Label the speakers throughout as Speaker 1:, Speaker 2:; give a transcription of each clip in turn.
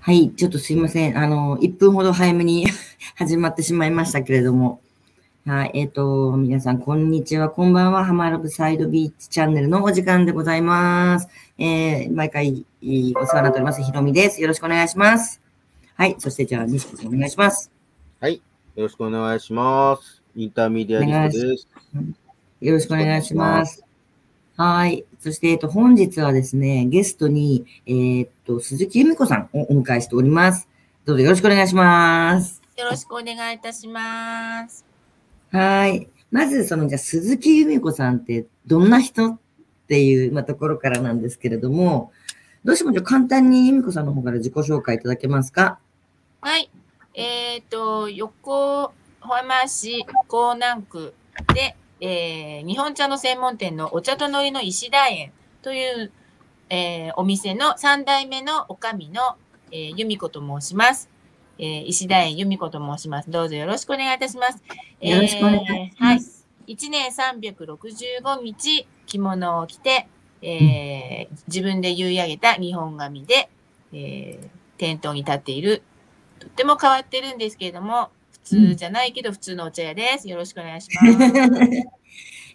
Speaker 1: はい、ちょっとすいません。あの、1分ほど早めに 始まってしまいましたけれども。はい、えっ、と、皆さん、こんにちは、こんばんは。ハマラブサイドビーチチャンネルのお時間でございます。えー、毎回えーお世話になっております、ひろみです。よろしくお願いします。はい、そしてじゃあ、西木さんお願いします。
Speaker 2: はい。よろしくお願いします。インターミディアリストです。
Speaker 1: よろしくお願いします。はい。そして、えっと、本日はですね、ゲストに、えーっと、鈴木由美子さんをお迎えしております。どうぞよろしくお願いします。
Speaker 3: よろしくお願いいたします。
Speaker 1: はい。まず、その、じゃあ鈴木由美子さんって、どんな人っていう、まあ、ところからなんですけれども、どうしましょう簡単に由美子さんの方から自己紹介いただけます か
Speaker 3: はい。えっ、と、横浜市港南区で、えー日本茶の専門店のお茶と海苔の石田園という、えーお店の3代目のおかみの、えー由美子と申します。えー石田園由美子と申します。どうぞよろしくお願いいたします。
Speaker 1: よろしくお願いし
Speaker 3: えーはい。1年365日着物を着て、えー自分で結い上げた日本髪で、えー店頭に立っている、とっても変わってるんですけれども、普通じゃないけど普通のお茶屋です。よろしくお願いし ます。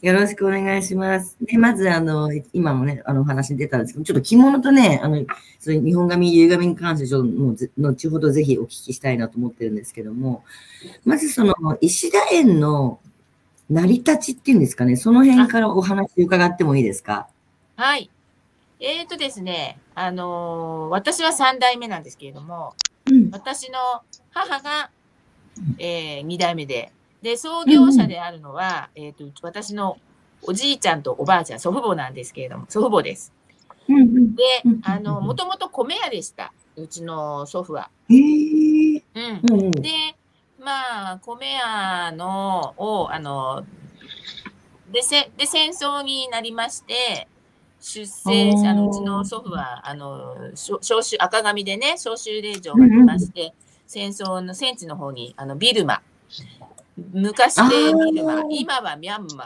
Speaker 1: よろしくお願いします。で、まず、あの、今もね、あの、お話に出たんですけど、ちょっと着物とね、あの、そういう日本髪、夕髪に関して、ちょっと、もうず、後ほどぜひお聞きしたいなと思ってるんですけども、まずその、石田園の成り立ちっていうんですかね、その辺からお話伺ってもいいですか
Speaker 3: はい。えーとですね、あのー私は3代目なんですけれども、
Speaker 1: うん。
Speaker 3: 私の母が、え2代目で、で、創業者であるのは、えーと、私のおじいちゃんとおばあちゃん、祖父母なんですけれども、祖父母です。
Speaker 1: うんうん。
Speaker 3: で
Speaker 1: うん、
Speaker 3: あの、もともと米屋でした。うちの祖父は。
Speaker 1: へえ。
Speaker 3: うん。
Speaker 1: うんうん。
Speaker 3: で、まあ、米屋の、を、あの、で、せで戦争になりまして、出生者
Speaker 1: お
Speaker 3: の
Speaker 1: ー
Speaker 3: うちの祖父は、あの、しょ召集、赤紙でね、召集令状が出まして、戦争の戦地の方に、あの、ビルマ。昔でビル
Speaker 1: あ
Speaker 3: マ
Speaker 1: ー、
Speaker 3: 今はミャンマー。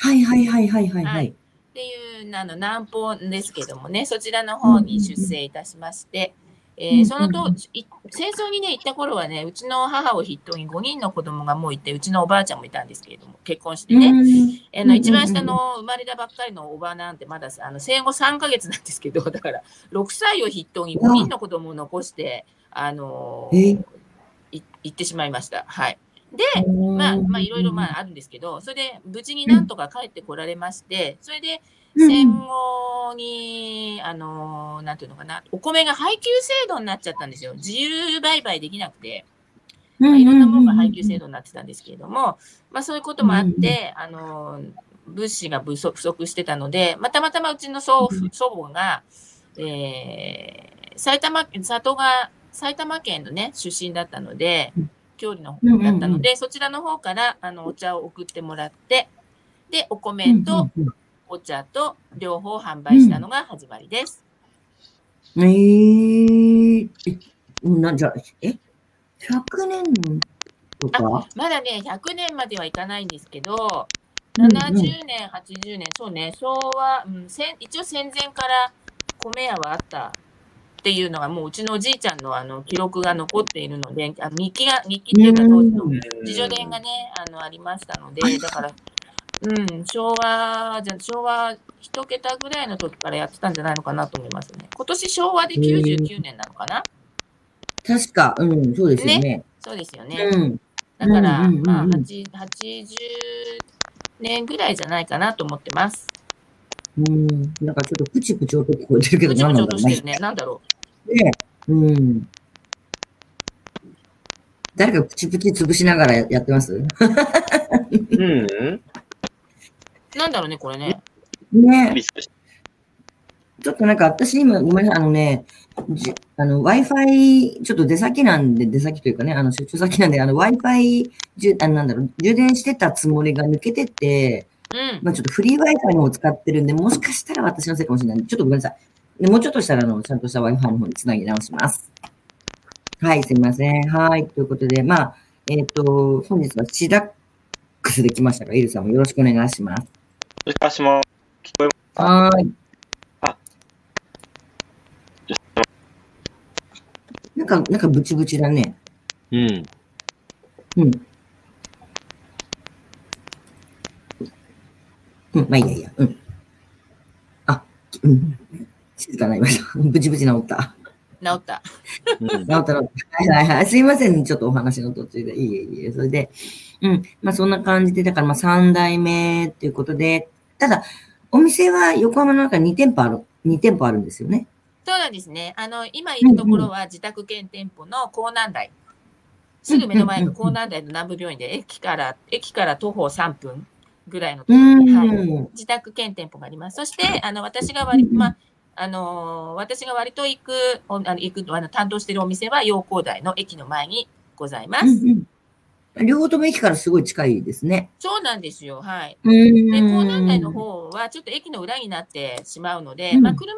Speaker 1: はいはいはいはいはいは
Speaker 3: はいい。っていうあの南方ですけどもねそちらの方に出生いたしまして、え
Speaker 1: うんうん
Speaker 3: ーそのとい戦争にね行った頃はねうちの母を筆頭に5人の子供がもういてうちのおばあちゃんもいたんですけれども結婚してね、
Speaker 1: うん
Speaker 3: あ
Speaker 1: うんうん
Speaker 3: の一番下の生まれたばっかりのおばなんてまだあの生後3ヶ月なんですけどだ から6歳を筆頭に5人の子供を残して、あの
Speaker 1: え
Speaker 3: ーい行ってしまいました。はいで、まあ、まあ、いろいろま
Speaker 1: あ、
Speaker 3: ああるんですけど、それで無事になんとか帰ってこられまして、それで
Speaker 1: うん
Speaker 3: 戦後に、あのー、なんていうのかな、お米が配給制度になっちゃったんですよ。自由売買できなくて、
Speaker 1: う
Speaker 3: まあ、いろんなものが配給制
Speaker 1: 度。
Speaker 3: 度になってたんですけれども、まあそういうこともあっ
Speaker 1: うんう
Speaker 3: て、あのー、物資が不足不足してたので、まあたまたまうちの祖父祖母が、えー、埼玉県、里が埼玉県のね、出身だったので
Speaker 1: うん、
Speaker 3: 郷里の
Speaker 1: うんうんうん
Speaker 3: だったので、そちらの方からあのお茶を送ってもらって、で、お
Speaker 1: うんう
Speaker 3: 米
Speaker 1: ん
Speaker 3: とお茶と両方販売したのが始まりです。
Speaker 1: えー、えなんじゃ、え ?100 年とか
Speaker 3: まだね、100年まではいかないんですけど、
Speaker 1: うんうん
Speaker 3: 70年、80年、そうね、昭和、うん、戦一応戦前から米屋はあったっていうのが、もううちのおじいちゃんのあの記録が残っているので、あ日記が、日記っていうか当時の自助伝がね、あの、ありましたので、だから、うん、昭和、じゃ、昭和一桁ぐらいの時からやってたんじゃないのかなと思いますね。今年昭和で99年なのかな
Speaker 1: 確か、うん、そうですよね。
Speaker 3: そうですよね。
Speaker 1: うん。
Speaker 3: だから、
Speaker 1: うんうんうんうん
Speaker 3: まあ、8 80年ぐらいじゃないかなと思ってます。
Speaker 1: うん。なんかちょっとプチプチ音聞こえてるけど、
Speaker 3: ぐちょ
Speaker 1: 何なんだ
Speaker 3: ぐちょと
Speaker 1: ろう
Speaker 3: して
Speaker 1: ね
Speaker 3: る。ね。なんだろ
Speaker 1: ねうん。誰かプチプチ潰しながらやってます
Speaker 2: うん。
Speaker 3: う。なんだろうね、これね。
Speaker 1: ね
Speaker 4: リスクして
Speaker 1: ちょっとなんか私今、ごめんなさい、あのね、じあの Wi-Fi、ちょっと出先なんで、出先というかね、あの出張先なんで、あの Wi-Fi、じゅあのなんだろう、充電してたつもりが抜けてて、
Speaker 3: うん。
Speaker 1: まあちょっとフリー Wi-Fi の方を使ってるんで、もしかしたら私のせいかもしれない。ちょっとごめんなさい。でもうちょっとしたら、あの、ちゃんとした Wi-Fi の方につなぎ直します。はい、すいません。はい、ということで、まあ、えっ、と、本日はシダックスで来ましたが、イルさんもよろしくお願いします。
Speaker 4: お願いします。聞こえま
Speaker 1: はーい。なんか、なんかブチブチだね。
Speaker 2: うん。
Speaker 1: うん。うん、まあいいやいいや。うん。あ、うん。静かになりました。 ブチブチ治った。
Speaker 3: 治った。
Speaker 2: うん
Speaker 1: 治った治った。はいはいはい。すいません、ちょっとお話の途中で。いいえいいえ。それで、うん。まあそんな感じで、だからまあ3代目ということで、ただ、お店は横浜の中に2店舗ある、2店舗あるんですよね。
Speaker 3: そうなんですね。あの、今いるところは自宅兼店舗の港南台。すぐ目の前の港南台の南部病院で、駅から、駅から徒歩3分ぐらいのと
Speaker 1: う
Speaker 3: ころ
Speaker 1: ー
Speaker 3: に、はい、
Speaker 1: ん。
Speaker 3: 自宅兼店舗があります。そして、あの、私が割、
Speaker 1: うんうん
Speaker 3: まあ、あのー私が割と行く、おあの行くあの担当しているお店は、陽光台の駅の前にございます。
Speaker 1: うんうん、両方とも駅からすごい近いですね。
Speaker 3: そうなんですよ。はい。
Speaker 1: うーん
Speaker 3: で、港南台の方はちょっと駅の裏になってしまうので、
Speaker 1: うん
Speaker 3: まあ、車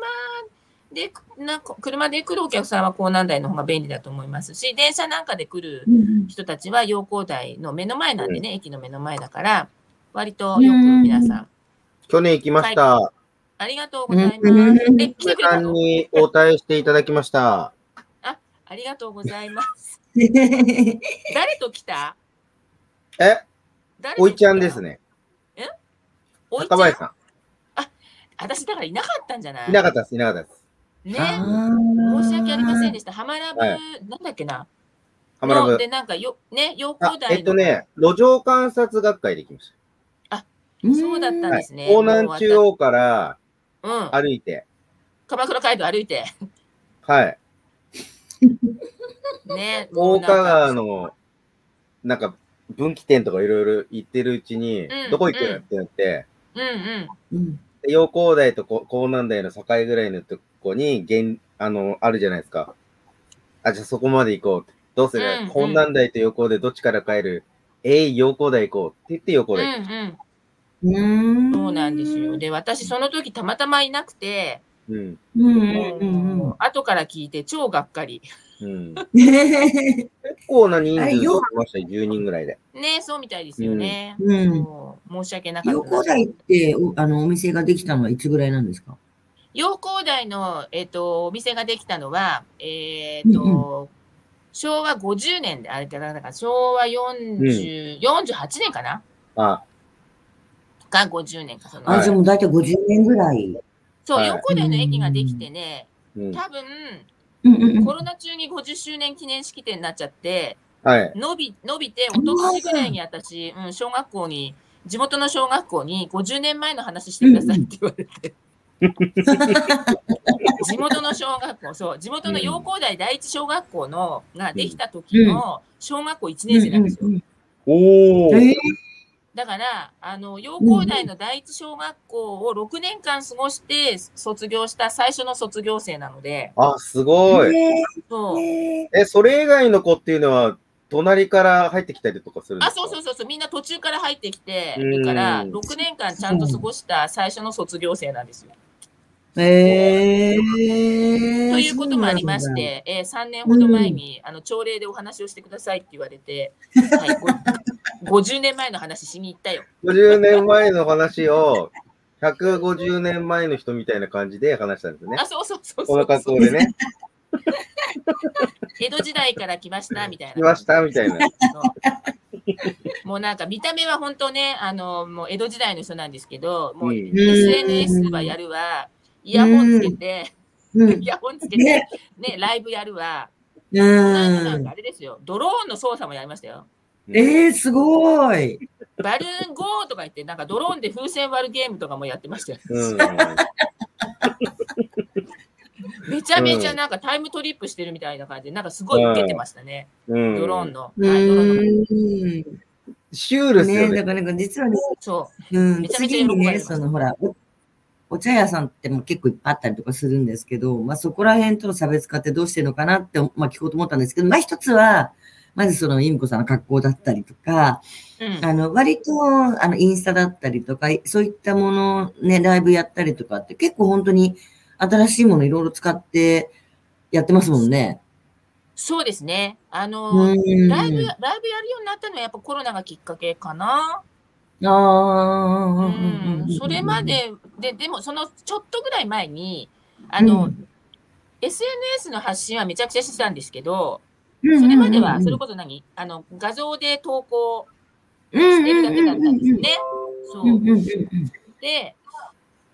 Speaker 3: で、なんか車で来るお客さんは港南台の方が便利だと思いますし、電車なんかで来る
Speaker 1: うんうん
Speaker 3: 人たちは陽光台の目の前なんでね、駅の目の前だから、割とよく皆さん、
Speaker 2: 去年行きました。
Speaker 3: ありがとうございます。
Speaker 1: うん
Speaker 3: え、来て
Speaker 2: 皆
Speaker 3: くれた
Speaker 2: さん
Speaker 3: の
Speaker 2: に応対していただきました。
Speaker 3: ありがとうございます。
Speaker 1: う
Speaker 3: 誰と来た
Speaker 2: え、
Speaker 3: 誰と来た
Speaker 2: おいちゃんです。ね。
Speaker 3: おいちゃ
Speaker 2: 高林
Speaker 3: ん
Speaker 2: さ
Speaker 3: 私だからいなかったんじゃない
Speaker 2: ん。いなかったです、いなかったです。
Speaker 3: ね。
Speaker 1: ん
Speaker 3: 申し訳ありません
Speaker 1: ね。
Speaker 3: でした。ハマラブ、
Speaker 2: はい
Speaker 3: なんだっけな。
Speaker 2: ハマラブ
Speaker 3: の。で、なんかよ、ね、陽
Speaker 2: あ
Speaker 3: 光台の。
Speaker 2: えっとね、路上観察学会で行きまし
Speaker 3: そうだったん
Speaker 2: た。は
Speaker 3: で
Speaker 2: い
Speaker 3: す。ね。
Speaker 2: 江南中央から
Speaker 3: うん。
Speaker 2: 歩いて、
Speaker 3: 鎌倉街道歩いて。
Speaker 2: はい。
Speaker 3: ね。もう
Speaker 2: 大
Speaker 3: な
Speaker 2: 川川
Speaker 3: んか。
Speaker 2: の、なんか、分岐点とかいろいろ行ってるうちに、
Speaker 3: うん
Speaker 2: どこ行くのってなって、
Speaker 3: うん
Speaker 1: う
Speaker 3: うん。
Speaker 1: ん
Speaker 2: で陽光台とこ江南台の境ぐらいのとこに、現あの、あるじゃないですか。あ、じゃあそこまで行こうって。どうする、
Speaker 3: うんう
Speaker 2: 江
Speaker 3: ん
Speaker 2: 南台と陽光台どっちから帰るえい、陽光台行こうって言って陽
Speaker 3: う
Speaker 2: 光台行く。
Speaker 3: ん
Speaker 1: うー。
Speaker 3: うんん。そうなんですよ。で、私、その時たまたまいなくて、
Speaker 2: うん。
Speaker 1: うんう
Speaker 3: も
Speaker 1: んうんう
Speaker 3: う後から聞いて超がっかり。
Speaker 2: うん。結
Speaker 1: ん。
Speaker 2: 構な人数で行きましたよ、10人ぐらいで。
Speaker 3: ね、そうみたいですよね。
Speaker 1: うんうん
Speaker 3: そう申し訳なかった。
Speaker 1: 横台っておあのお店ができたのはいつぐらいなんですか
Speaker 3: 陽光台の、えっとお店ができたのは、えっ
Speaker 1: う
Speaker 3: と昭和50年で、あれだから昭和40、48年かな
Speaker 2: あ、
Speaker 3: が50年か、その、
Speaker 1: あ、
Speaker 2: はい
Speaker 1: じゃあもう大体50年ぐらい。
Speaker 3: そう、
Speaker 2: はい
Speaker 3: 陽光台の駅ができてね、
Speaker 2: うん。
Speaker 3: 多分、
Speaker 1: うんうんうん
Speaker 3: コロナ中に50周年記念式典になっちゃって、
Speaker 2: はい。
Speaker 3: 伸び、伸びて、おととしぐらいに私、うん、小学校に、地元の小学校に50年前の話してくださいって言われて。地元の小学校、そう、地元の陽光台第一小学校の、ができた時の小学校1年生なんですよ。
Speaker 2: お
Speaker 1: えー
Speaker 3: だから、あの、陽光台の第一小学校を6年間過ごして卒業した最初の卒業生なので、
Speaker 2: あ、すごい。
Speaker 3: そう。
Speaker 1: え
Speaker 2: え、それ以外の子っていうのは、隣から入ってきたりとかするんで
Speaker 3: あ、
Speaker 2: すか
Speaker 3: そうそうそうそう、みんな途中から入ってきて
Speaker 2: うん
Speaker 3: るから、6年間ちゃんと過ごした最初の卒業生なんですよ。
Speaker 1: ーえー
Speaker 3: ということもありまし。て、えー3年ほど前に、あの朝礼でお話をしてくださいって言われて、はい、ご50年前の話しに行ったよ。
Speaker 2: 50年前の話を、150年前の人みたいな感じで話したんですね
Speaker 3: あ、。そうそうそう
Speaker 2: こ
Speaker 3: そ
Speaker 2: の
Speaker 3: う
Speaker 2: 格好でね、
Speaker 3: 江戸時代から来ましたみたい な。
Speaker 2: 来ましたみたいな。
Speaker 3: そうもうなんか見た目は本当ね、あの、もう江戸時代の人なんですけど、もう
Speaker 2: うん
Speaker 3: SNS はやるわ、イヤホンつけて、
Speaker 1: うん。
Speaker 3: イヤホンつけて、ね、ライブやるわ、
Speaker 1: う
Speaker 3: なん
Speaker 1: ん
Speaker 3: か。あれですよ、ドローンの操作もやりましたよ。
Speaker 1: えー、すごい。
Speaker 3: バルーン GO とか言って、なんかドローンで風船割るゲームとかもやってましたよ。
Speaker 2: うん。
Speaker 3: めちゃめちゃなんかタイムトリップしてるみたいな感じで、なんかすごい受けてましたね、
Speaker 2: うん。
Speaker 3: ドローンの。
Speaker 1: う
Speaker 3: はいドローンの
Speaker 1: ーん。
Speaker 2: シュールっすよ
Speaker 1: ね、
Speaker 2: ね。
Speaker 1: だからなんか実はね、
Speaker 3: そう、
Speaker 1: うん、
Speaker 3: めちゃめちゃ
Speaker 1: 次に
Speaker 3: 喜ばれ
Speaker 1: ね、
Speaker 3: ます
Speaker 1: そのほら、おお茶屋さんっても結構いっぱいあったりとかするんですけど、まあそこら辺との差別化ってどうしてるのかなって、まあ聞こうと思ったんですけど、まあ一つは、まずその、ゆみこさんの格好だったりとか、
Speaker 3: うん、
Speaker 1: あの、割と、あの、インスタだったりとか、そういったもの、ね、ライブやったりとかって結構本当に新しいものいろいろ使ってやってますもんね。
Speaker 3: そうですね。あの、
Speaker 1: うん。
Speaker 3: ライブ、ライブやるようになったのはやっぱコロナがきっかけか
Speaker 1: あ
Speaker 3: な。
Speaker 1: あ、うんうんうん
Speaker 3: それま、で、で、でもそのちょっとぐらい前に、あの、 SNS の発信はめちゃくちゃしてたんですけ
Speaker 1: うんうんうんう
Speaker 3: ど、
Speaker 1: ん
Speaker 3: それまでは、それこそ何あの、画像で投稿
Speaker 1: うん
Speaker 3: してるだけだったんですよね。
Speaker 1: うんう。
Speaker 3: そう
Speaker 1: んうんうん
Speaker 3: で、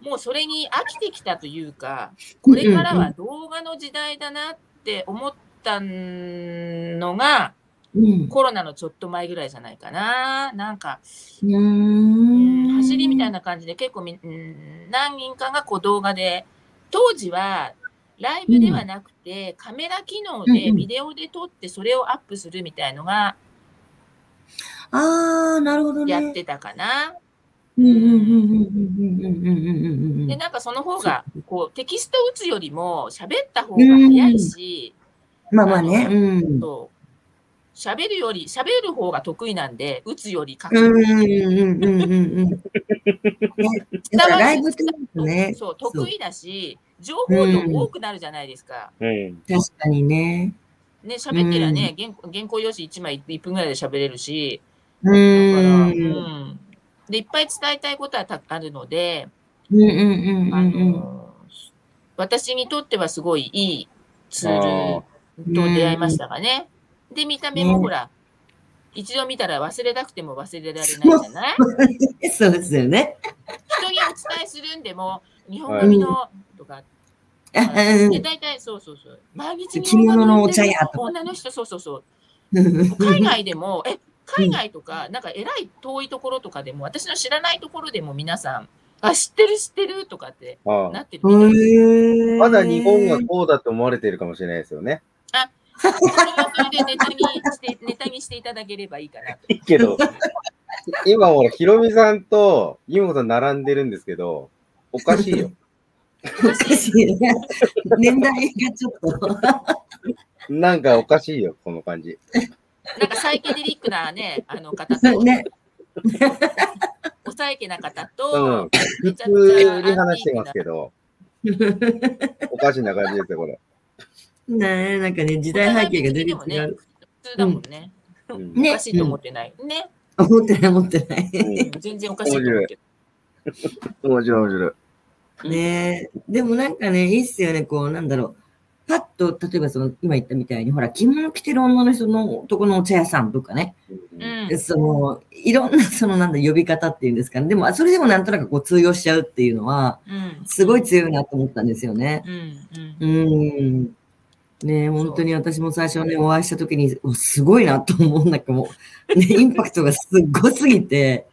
Speaker 3: もうそれに飽きてきたというか、これからは動画の時代だなって思ったのが、
Speaker 1: うん
Speaker 3: コロナのちょっと前ぐらいじゃないかな。なんか、
Speaker 1: う
Speaker 3: うんん走りみたい
Speaker 1: な。
Speaker 3: な感じで結構み、うん何人かがこう動画で、当時はライブではなくて、カメラ機
Speaker 1: う
Speaker 3: 能
Speaker 1: んう
Speaker 3: で
Speaker 1: ん
Speaker 3: ビデオで撮ってそれをアップするみたいのが
Speaker 1: ああ、なるほどね。
Speaker 3: やってたかな。
Speaker 1: うんうんうんうんうんうんうんうんうんうん
Speaker 3: で、なんかその方が、こう、テキスト打つよりも喋った方が早いし、
Speaker 1: まあまあね。うん。
Speaker 3: そう喋るより、喋る方が得意なんで、打つより書く。
Speaker 1: うんうんうんうんうんうん。ねやっぱライブってなるとね、
Speaker 3: そう、得意だし、情報量多くなるじゃないですか。
Speaker 2: うん。
Speaker 1: 確かにね。
Speaker 3: ね、喋ってりゃね、原原稿用紙1枚1分ぐらいで喋れるし、
Speaker 1: う。
Speaker 3: だから、うんん。で、いっぱい伝えたいことはたあるので、
Speaker 1: うんうんうん
Speaker 3: あ
Speaker 1: うん
Speaker 3: の、私にとってはすごいいいツ
Speaker 2: あ
Speaker 3: ー
Speaker 2: ー
Speaker 3: ルと出会いましたがね。で、見た目もほら、一度見たら忘れなくても忘れられないじゃない
Speaker 1: うん。そうですよね。
Speaker 3: 人にお伝えするんでも、日本髪のとか、
Speaker 1: あうん
Speaker 3: で大体そうそうそう、毎日
Speaker 1: 着物のお茶
Speaker 3: や
Speaker 1: 屋とか
Speaker 3: 女の人、そうそうそう。
Speaker 1: うん
Speaker 3: 海外でも、え、海外とか、なんか偉い遠いところとかでも、私の知らないところでも皆さん、あ、知ってる知ってるとかって
Speaker 2: あ
Speaker 3: な
Speaker 2: あ
Speaker 3: ってて、
Speaker 1: うんうん
Speaker 2: まだ日本がこうだと思われてるかもしれないですよね。
Speaker 3: それはそれでネタにして、ネタにしていただければいいかなと。
Speaker 2: いいけど、今ほら、ヒロミさんとユモさん並んでるんですけど、おかしいよ。
Speaker 1: おかしいね。年代がちょっと。
Speaker 2: なんかおかしいよ、この感じ。
Speaker 3: なんかサイケデリックなね、あの方と、
Speaker 1: ね。
Speaker 3: おさえけな方
Speaker 2: う
Speaker 3: と
Speaker 2: ん、。普通に話してますけど、おかしな感じですよ、これ。
Speaker 1: ねなんかね、時代背景が出て
Speaker 3: お互い的にもね
Speaker 1: 違う。
Speaker 3: 普通だもんね。
Speaker 2: うん
Speaker 1: ね
Speaker 3: おかしいと思ってない。ね。
Speaker 1: 思ってない、思ってない。
Speaker 2: うん
Speaker 3: 全然おかしいと思うけ
Speaker 2: 面白い、面白い。
Speaker 1: ねえ、でもなんかね、いいっすよね、こう、なんだろう。パッと、例えばその、今言ったみたいに、ほら、着物着てる女の人の男のお茶屋さんとかね、
Speaker 3: ど。う
Speaker 2: うん
Speaker 3: ん。
Speaker 1: その、いろんな、その、なんだ、呼び方っていうんですかね。でも、あそれでもなんとなくこう通用しちゃうっていうのは、
Speaker 3: うん。
Speaker 1: すごい強いなと思ったんですよね。
Speaker 3: うん。うん。
Speaker 1: うん。ねえ、本当に私も最初ね、お会いした時に、おすごいなと思う、なんかもう、 ね、インパクトがすっごすぎて、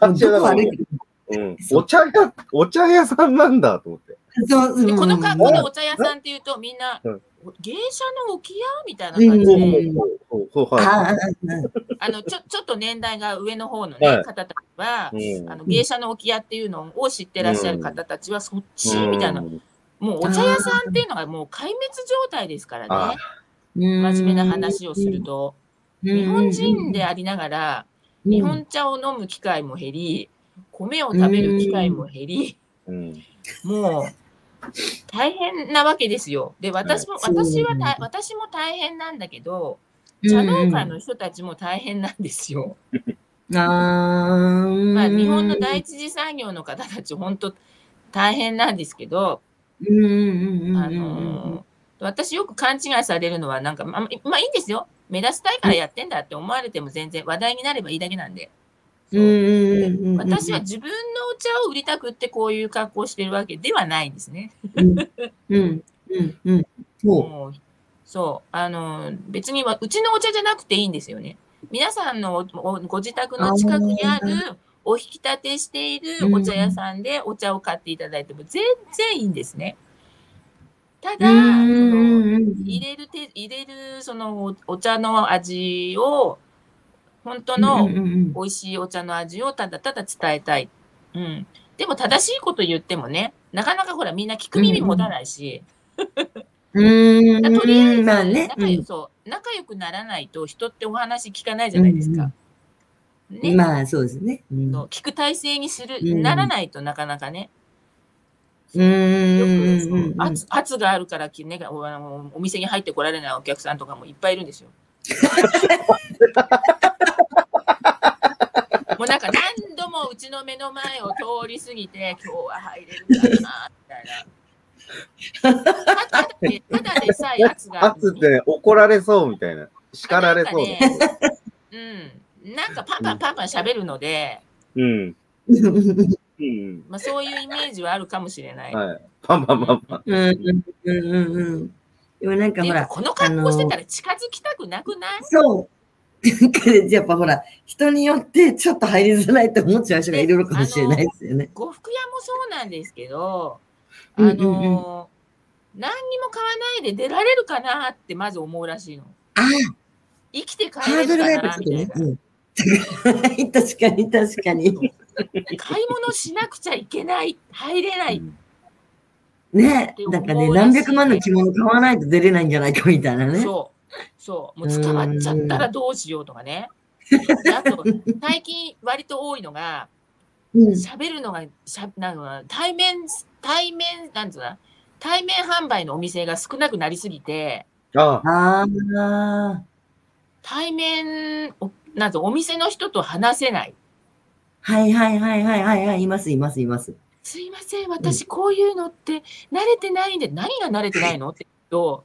Speaker 1: も
Speaker 2: 最
Speaker 1: う
Speaker 2: 初
Speaker 1: ど
Speaker 2: だ
Speaker 1: こ
Speaker 2: から
Speaker 1: 歩いても
Speaker 2: うんお茶屋、お茶屋さんなんだと思って。
Speaker 1: そう、うん
Speaker 3: でこの格好でお茶屋さんっていうと、みんな、
Speaker 2: う
Speaker 3: 芸
Speaker 2: ん
Speaker 3: 者の置き屋みたいな感じ
Speaker 1: うん
Speaker 3: で、
Speaker 2: そうそうそうは
Speaker 1: ああ、
Speaker 3: あのちょちょっと年代が上の方の、
Speaker 2: は
Speaker 3: ね、
Speaker 2: い
Speaker 3: 方たちは、
Speaker 2: い。うん
Speaker 3: あの芸者の置き屋っていうのを知ってらっしゃる方たちは、そっちみたいな、
Speaker 2: うん
Speaker 3: もうお茶屋さんっていうのがもう壊滅状態ですからね、
Speaker 1: 真
Speaker 3: 真面目な話をすると。日本人でありながら、
Speaker 1: うん
Speaker 3: 日本茶を飲む機会も減り、米を食べる機会も減り、
Speaker 2: うん
Speaker 3: もう、大変なわけですよ。で、私も、
Speaker 1: そう
Speaker 3: 私はた、私も大変なんだけど、
Speaker 1: うん
Speaker 3: 茶農家の人たちも大変なんですよ。
Speaker 1: あー
Speaker 3: まあ、日本の第一次産業の方たち、本当大変なんですけど、
Speaker 1: うんうんうんうんうん
Speaker 3: あのー私よく勘違いされるのは、なんか、まあ、まあいいんですよ。目立ちたいからやってんだって思われても全然話題になればいいだけなんで。
Speaker 1: うんうんうんうん
Speaker 3: 私は自分のお茶を売りたくってこういう格好してるわけではないんですね。
Speaker 1: うんうんうんそ
Speaker 3: もうそう、あの、別にはうちのお茶じゃなくていいんですよね。皆さんのおおご自宅の近くにある、お引き立てしているお茶屋さんでお茶を買っていただいても全然いいんですね。た
Speaker 1: う
Speaker 3: だ、その
Speaker 1: うん
Speaker 3: 入れる手、入れるそのおお茶の味を、本当の
Speaker 1: うんうん
Speaker 3: 美味しいお茶の味をただただ伝えたい。うん。でも正しいこと言ってもね、なかなかほらみんな聞く耳持たないし、
Speaker 1: うん
Speaker 3: だからとりあえず
Speaker 1: まあね
Speaker 3: 仲良そう仲良くならないと人ってお話聞かないじゃないですか。ね、
Speaker 1: まあそうですねうん
Speaker 3: そう聞く体制にする、
Speaker 1: うん
Speaker 3: ならないとなかなかね、
Speaker 1: うん
Speaker 3: よ
Speaker 1: うん
Speaker 3: く
Speaker 1: う
Speaker 3: そうん
Speaker 1: うん
Speaker 3: 圧圧があるから、ね、おあのお店に入ってこられないお客さんとかもいっぱいいるんですよ。もうなんか何度もうちの目の前を通り過ぎて、今日は入れるかな、みたいな。ただって、ただでさえ圧がある
Speaker 2: 圧ってね、怒られそうみたいな。叱られそう。
Speaker 3: なんかうん、なんかパンパンパンパン喋るので、
Speaker 2: うん。
Speaker 1: うん
Speaker 2: うん。
Speaker 3: まあ、そういうイメージはあるかもしれない。
Speaker 2: はい。パンパンパンパン。
Speaker 1: うんうんうん。でもなん
Speaker 3: っ
Speaker 1: か
Speaker 3: てい
Speaker 1: ほ、
Speaker 3: うからこの格好してたら近づきたくなくない
Speaker 1: そう。なんかねやっぱほら、人によってちょっと入りづらいって思っちゃう人がいろいろかもしれないですよね。
Speaker 3: 呉服屋もそうなんですけど、あ
Speaker 1: うん
Speaker 3: の
Speaker 1: うんうん
Speaker 3: 何にも買わないで出られるかなってまず思うらしいの。
Speaker 1: ああ、
Speaker 3: 生きて帰
Speaker 1: ハー
Speaker 3: れ
Speaker 1: ドル
Speaker 3: る
Speaker 1: がやっ
Speaker 3: か
Speaker 1: ぱ
Speaker 3: な
Speaker 1: ち
Speaker 3: み
Speaker 1: ょ
Speaker 3: たい
Speaker 1: っ
Speaker 3: な
Speaker 1: と。ね。うん確かに確かに。
Speaker 3: 買い物しなくちゃいけない、入れない。
Speaker 1: ね
Speaker 3: でも、
Speaker 1: なんかね、
Speaker 3: 思うらしい
Speaker 1: 何百万の着物買わないと出れないんじゃないかみたいなね。
Speaker 3: そう。そう。もう捕まっちゃったらどうしようとかね。であと、最近割と多いのが、
Speaker 1: うん
Speaker 3: 喋るのが、しゃなんか対面、対面、なんつうの対面販売のお店が少なくなりすぎて、
Speaker 2: ああ、
Speaker 1: ああ、
Speaker 3: 対面、おなんつうのお店の人と話せない。
Speaker 1: はいはいはいはいはいはい、いますいますいます。
Speaker 3: すいません、私こういうのって慣れてないんで、何が慣れてないのって言う と、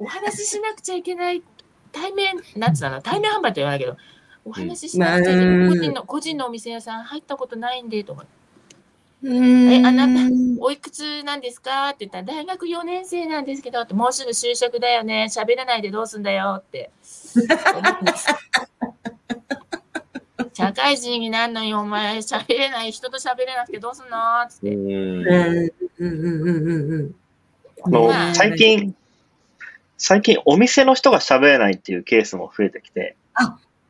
Speaker 3: お話ししなくちゃいけない、対面、なんつうのかな、対面販売と言わないけど、お話ししなくちゃいけ
Speaker 1: うん
Speaker 3: な
Speaker 1: まあ
Speaker 3: い、個人の、個人のお店屋さん入ったことないんで、とか、
Speaker 1: え
Speaker 3: えあなたおいくつなんですかって言ったら、大学4年生なんですけど、ってもうすぐ就職だよね、喋らないでどうすんだよって思うんです。社会人になんのよ、お前、喋れない、人と喋れなくてどうすんのつって
Speaker 2: う。ん。
Speaker 1: うんうんうんうんうん
Speaker 4: あの
Speaker 3: まあ
Speaker 4: 最。近、最近お店の人が喋れないっていうケースも増えてきて、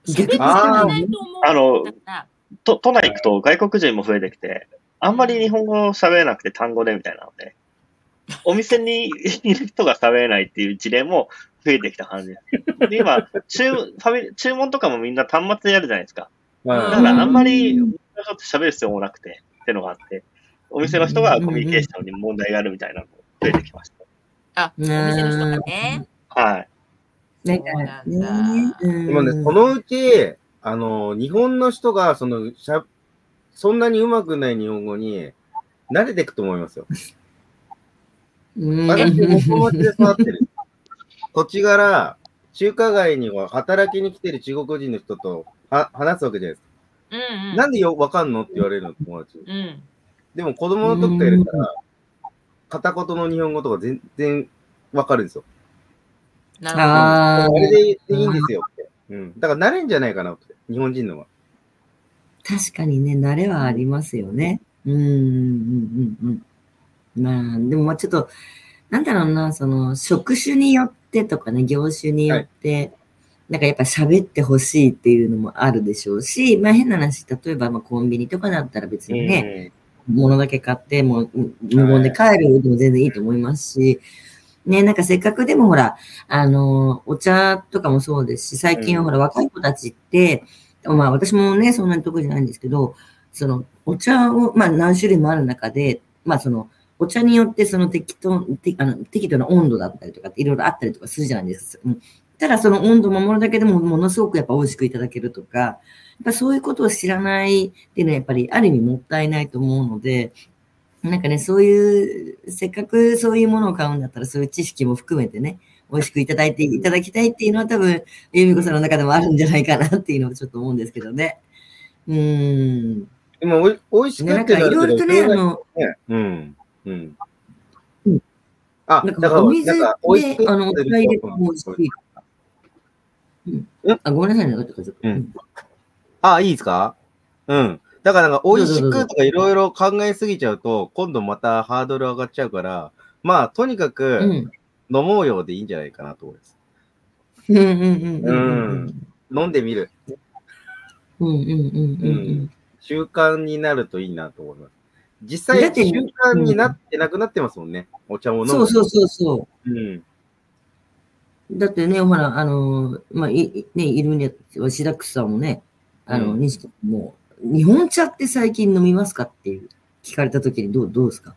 Speaker 3: 喋って
Speaker 2: あー
Speaker 3: ないと思う
Speaker 4: あの
Speaker 3: だから
Speaker 4: と都内行くと外国人も増えてきて、あんまり日本語喋れなくて単語でみたいなので、お店にいる人が喋れないっていう事例も増えてきた感じです。で今注ファミリ、注文とかもみんな端末でやるじゃないですか。だ
Speaker 2: ま
Speaker 4: か
Speaker 2: あ、
Speaker 4: らあんまり、ちょっと喋る必要もなくて、ってのがあって、お店の人がコミュニケーションに問題があるみたいなのも増えてきまし
Speaker 3: あ、お店の人がね。
Speaker 4: た。はい。
Speaker 1: なん
Speaker 3: そう
Speaker 1: か
Speaker 3: な
Speaker 1: ね
Speaker 3: んだ。
Speaker 1: うん
Speaker 2: でもね、そのうち、あの、日本の人が、その、しゃそんなにうまくない日本語に慣れていくと思いますよ。
Speaker 1: うん
Speaker 2: 私、元町で育ってる。土地柄、中華街には働きに来てる中国人の人とは話すわけじゃないです
Speaker 3: うん
Speaker 2: か。
Speaker 3: うん。
Speaker 2: なんでよ、わかんのって言われるの、友達に。
Speaker 3: うん。
Speaker 2: でも子供の時からいるから、片言の日本語とか全然わかるんですよ。
Speaker 3: なるほど。
Speaker 1: ああ
Speaker 2: あ、れでいいんですよって。うん。だから慣れんじゃないかなって、日本人のは。
Speaker 1: 確かにね、慣れはありますよね。うん、うん、うん、うん。まあ、でもまあちょっと、なんだろうな、その、職種によってとかね、業種によって、なんかやっぱ喋ってほしいっていうのもあるでしょうし、まあ変な話、例えばまあコンビニとかだったら別にね、物だけ買って、もううん無言で帰るでも全然いいと思いますし、ね、なんかせっかくでもほら、あの、お茶とかもそうですし、最近はほら、若い子たちって、まあ私もね、そんなに得意じゃないんですけど、その、お茶を、まあ何種類もある中で、まあその、お茶によってその適当、てあの適度な温度だったりとかっていろいろあったりとかするじゃないですか。うんただその温度を守るだけでもものすごくやっぱ美味しくいただけるとか、やっぱそういうことを知らないっていうのはやっぱりある意味もったいないと思うので、なんかね、そういう、せっかくそういうものを買うんだったら、そういう知識も含めてね、美味しくいただいていただきたいっていうのは多分、由美子さんの中でもあるんじゃないかなっていうのをちょっと思うんですけどね。うーん。ね、
Speaker 2: でもおい、美味しく
Speaker 1: なん
Speaker 2: って
Speaker 1: かい
Speaker 2: な
Speaker 1: ろいろ
Speaker 2: る
Speaker 1: と
Speaker 2: けど
Speaker 1: ね、あの、
Speaker 2: うん。うん
Speaker 1: うん。
Speaker 2: あ、
Speaker 1: な
Speaker 2: だ
Speaker 1: ん
Speaker 2: から、
Speaker 1: かお水で、
Speaker 2: なんか美味しく
Speaker 1: あの、お茶入れても美味しい。うん
Speaker 2: うん。
Speaker 1: あ、ごめんなさいね、ちょっとちょっと。
Speaker 2: うんあ、いいですかうん。だからなんか、美味しくとかいろいろ考えすぎちゃうと、今度またハードル上がっちゃうから、まあ、とにか
Speaker 1: う
Speaker 2: く
Speaker 1: ん。
Speaker 2: 飲もうようでいいんじゃないかなと思います。
Speaker 1: うんうんうんうんう
Speaker 2: うんん。飲んでみる。
Speaker 1: うんうんうんうんうん。
Speaker 2: 習慣になるといいなと思います。実
Speaker 1: だっ
Speaker 2: 際、
Speaker 1: て
Speaker 2: 習慣になってなくなってますもんね。お茶も飲む。
Speaker 1: そうそうそうそう。
Speaker 2: うん。
Speaker 1: だってね、ほら、あの、まあ、い、いね、いるんで、シダックスさんもね、あの、
Speaker 2: うん
Speaker 1: 西木君も日本茶って最近飲みますかっていう、聞かれたときにどう、どうですか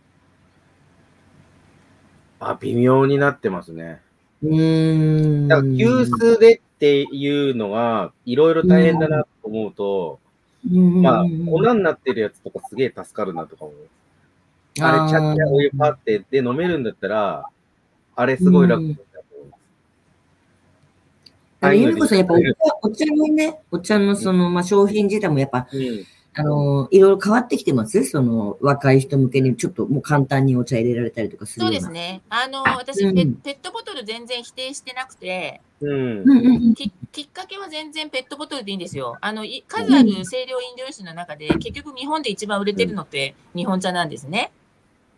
Speaker 2: あ、微妙になってますね。
Speaker 1: うーん。
Speaker 2: だから、急須でっていうのが、いろいろ大変だなと思うと、
Speaker 1: うん、
Speaker 2: まあ、粉
Speaker 1: うん
Speaker 2: になってるやつとかすげえ助かるなとか思う。あれ、ちゃっちゃお湯パってで飲めるんだったら、あれすごい楽だと思います。
Speaker 1: あ
Speaker 2: は
Speaker 1: の、
Speaker 2: い
Speaker 1: ゆみこさん、やっぱお茶、お茶のね、お茶のその、まあ、商品自体もやっぱ、
Speaker 2: うん
Speaker 1: あの、いろいろ変わってきてますその、若い人向けに、ちょっともう簡単にお茶入れられたりとかするよ
Speaker 3: そう
Speaker 1: う
Speaker 3: で
Speaker 1: な。
Speaker 3: すね。あの、私、
Speaker 1: うん
Speaker 3: ペペットボトル全然否定してなくて、
Speaker 2: うん
Speaker 1: うんうんうん。
Speaker 3: ききっかけは全然ペットボトルでいいんですよ。あの、い数ある清涼飲料酒の中で、結局日本で一番売れてるのって日本茶なんですね。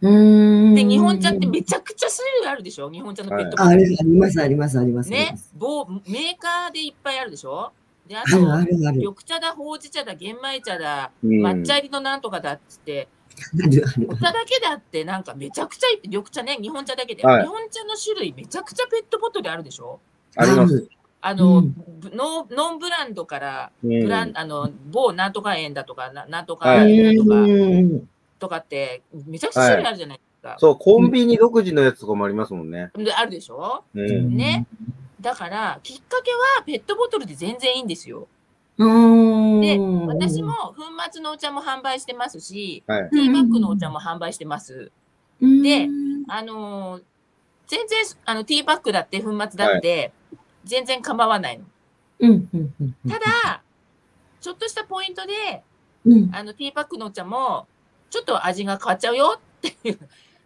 Speaker 1: うーん
Speaker 3: で、日本茶ってめちゃくちゃ種類あるでしょ日本茶のペットボトル。
Speaker 1: ああるあります、あります、あります。
Speaker 3: ね、某メーカーでいっぱいあるでしょで、あ
Speaker 1: あるあ
Speaker 3: と、
Speaker 1: るある。
Speaker 3: 緑茶だ、ほうじ茶だ、玄米茶だ、
Speaker 2: うん
Speaker 3: 抹茶入りのなんとかだっつって、
Speaker 1: あるある
Speaker 3: お。茶だけだってなんかめちゃくちゃいっぱい、緑茶ね、日本茶だけで、
Speaker 2: はい
Speaker 3: 日本茶の種類めちゃくちゃペットボトルあるでしょ
Speaker 2: あります。
Speaker 1: る。
Speaker 3: あの、
Speaker 1: うん
Speaker 3: ぶノンノンブランドから、
Speaker 2: うん
Speaker 3: ブランあの某なんとか園だとか、ななんとか
Speaker 1: う
Speaker 2: はい
Speaker 3: 園とか、
Speaker 1: ーん。
Speaker 3: とかって、めちゃくちゃ種類あるじゃないですか。
Speaker 2: そう、コンビニ独自のやつとかもありますもんね。
Speaker 3: であるでしょ
Speaker 2: うん。
Speaker 3: ね。だから、きっかけはペットボトルで全然いいんですよ。
Speaker 1: うーん。
Speaker 3: で私も粉末のお茶も販売してますし、
Speaker 2: はい。
Speaker 3: ティーバッグのお茶も販売してます。
Speaker 1: うん、
Speaker 3: で
Speaker 1: うん
Speaker 3: あのー全然あのティーバッグだって粉末だって、全然構わないの。
Speaker 1: うん、うん、うん。
Speaker 3: ただ、ちょっとしたポイントで、
Speaker 1: うん、
Speaker 3: あのティーバッグのお茶も、ちょっと味が変わっちゃうよっていう、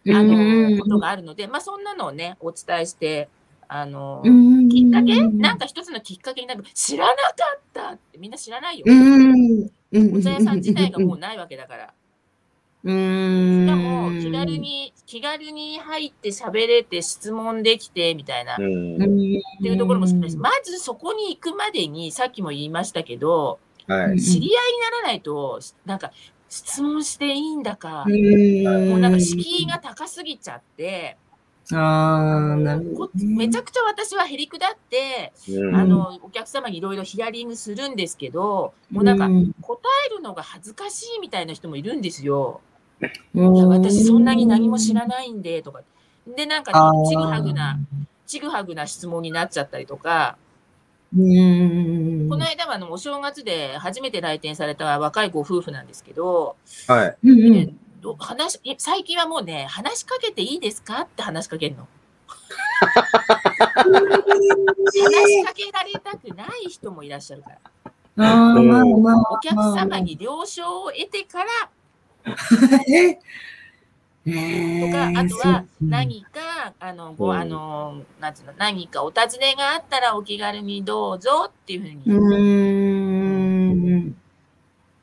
Speaker 1: うん
Speaker 3: あ
Speaker 1: うん
Speaker 3: の、ことがあるので、まあそんなのをね、お伝えして、あの
Speaker 1: う、ん
Speaker 3: きっかけなんか一つのきっかけになる。知らなかったってみんな知らないよ
Speaker 1: う。ん。
Speaker 3: お茶屋さん自体がも
Speaker 1: う
Speaker 3: うないわけだから。
Speaker 1: うん、
Speaker 3: し
Speaker 1: し
Speaker 3: かも、気軽、に、気軽に入って喋れて質問できてみたいな、
Speaker 2: う
Speaker 3: っ
Speaker 2: ん
Speaker 1: う。ん、って
Speaker 3: いうところも少ないし、まずそこに行くまでに、さっきも言いましたけど、
Speaker 2: はい。
Speaker 3: 知り合いにならないと、なんか、質問していいんだか、も
Speaker 1: も
Speaker 3: うなんか敷居が高すぎちゃって、
Speaker 1: ああ、なるほ
Speaker 3: こ
Speaker 1: どね。
Speaker 3: めちゃくちゃ私はへりくだって、
Speaker 2: うん
Speaker 3: あの、お客様にいろいろヒアリングするんですけど、もうなんか、
Speaker 1: ん
Speaker 3: 答えるのが恥ずかしいみたいな人もいるんですよ。いや、私
Speaker 1: 私
Speaker 3: そんなに何も知
Speaker 1: い。
Speaker 3: らないんで、とか。で、なんか
Speaker 1: あ
Speaker 3: ね、
Speaker 1: ー
Speaker 3: ちぐはぐな、ちぐはぐな質問になっちゃったりとか、
Speaker 1: うん。
Speaker 3: この間はあの、お正月で初めて来店された若いご夫婦なんですけど、
Speaker 2: はい。
Speaker 1: うんう
Speaker 3: え
Speaker 1: ん、
Speaker 3: ど話い最近はもうね、話しかけていいですかって話しかけるの。話しかけられたくない人もいらっしゃるから。
Speaker 1: ああ、まあまあ。
Speaker 3: お客様に了承を得てから、
Speaker 1: え
Speaker 3: と
Speaker 1: え
Speaker 3: か、あとは何か、あの、ご、あの、なんつうの、何かお尋ねがあったらお気軽にどうぞっていうふう
Speaker 1: う
Speaker 3: に
Speaker 1: ーん。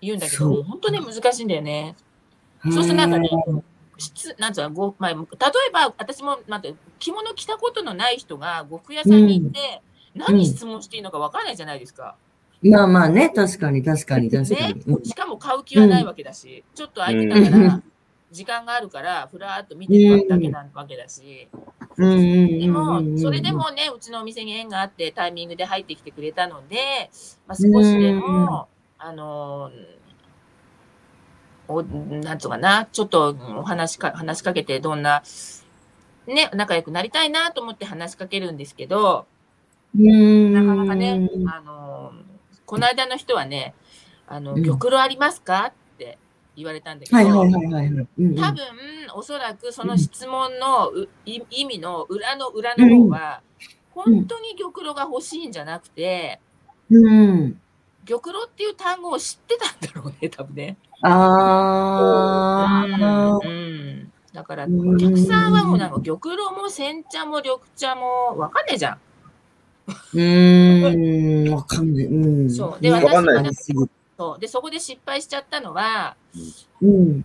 Speaker 3: 言うんだけ
Speaker 1: そ
Speaker 3: ど、
Speaker 1: う
Speaker 3: もう本当ね、難しいんだよね。そうするとなんかね、質、なんつうの、ご、まあ、例えば、私も、なんて、着物着たことのない人が、呉服屋さんに行って、何質問していいのかわからないじゃないですか。
Speaker 1: まあまあね、確かに確かに確か
Speaker 3: ね
Speaker 1: に。うん。
Speaker 3: しかも買う気はないわけだし、ちょっと空いてたか
Speaker 1: う
Speaker 3: ら、時間があるから、ふらーっと見てるだけなわけだし。
Speaker 1: うんうん
Speaker 3: で
Speaker 1: うんうん
Speaker 3: も、それでもね、うちのお店に縁があって、タイミングで入ってきてくれたので、まあ、少しでも、あのー、おなんつうかな、ちょっとうんお話か、話しかけて、どんな、ね、仲良くなりたいなと思って話しかけるんですけど、
Speaker 1: うん、
Speaker 3: なかなかね、あのー、この間の人はね、あの、
Speaker 1: うん
Speaker 3: 玉露ありますかって言われたんだけど、
Speaker 1: はいはいはいはいはい。うんうん
Speaker 3: 多分、おそらくその質問のうい意味の裏の裏の方は、
Speaker 1: ん
Speaker 3: 本当に玉露が欲しいんじゃなくて、
Speaker 1: うん。
Speaker 3: 玉露っていう単語を知ってたんだろうね、多分ね。
Speaker 1: ああ。
Speaker 3: うんうんだから、
Speaker 1: うん
Speaker 3: お客さんはもうなんか玉露も煎茶も緑茶もわかんねえじゃん。
Speaker 1: うーん。わかんない。うん。
Speaker 3: そうで
Speaker 1: ね
Speaker 2: 私がね
Speaker 1: わかんないです
Speaker 3: そうで、そこで失敗しちゃったのは、
Speaker 1: うん。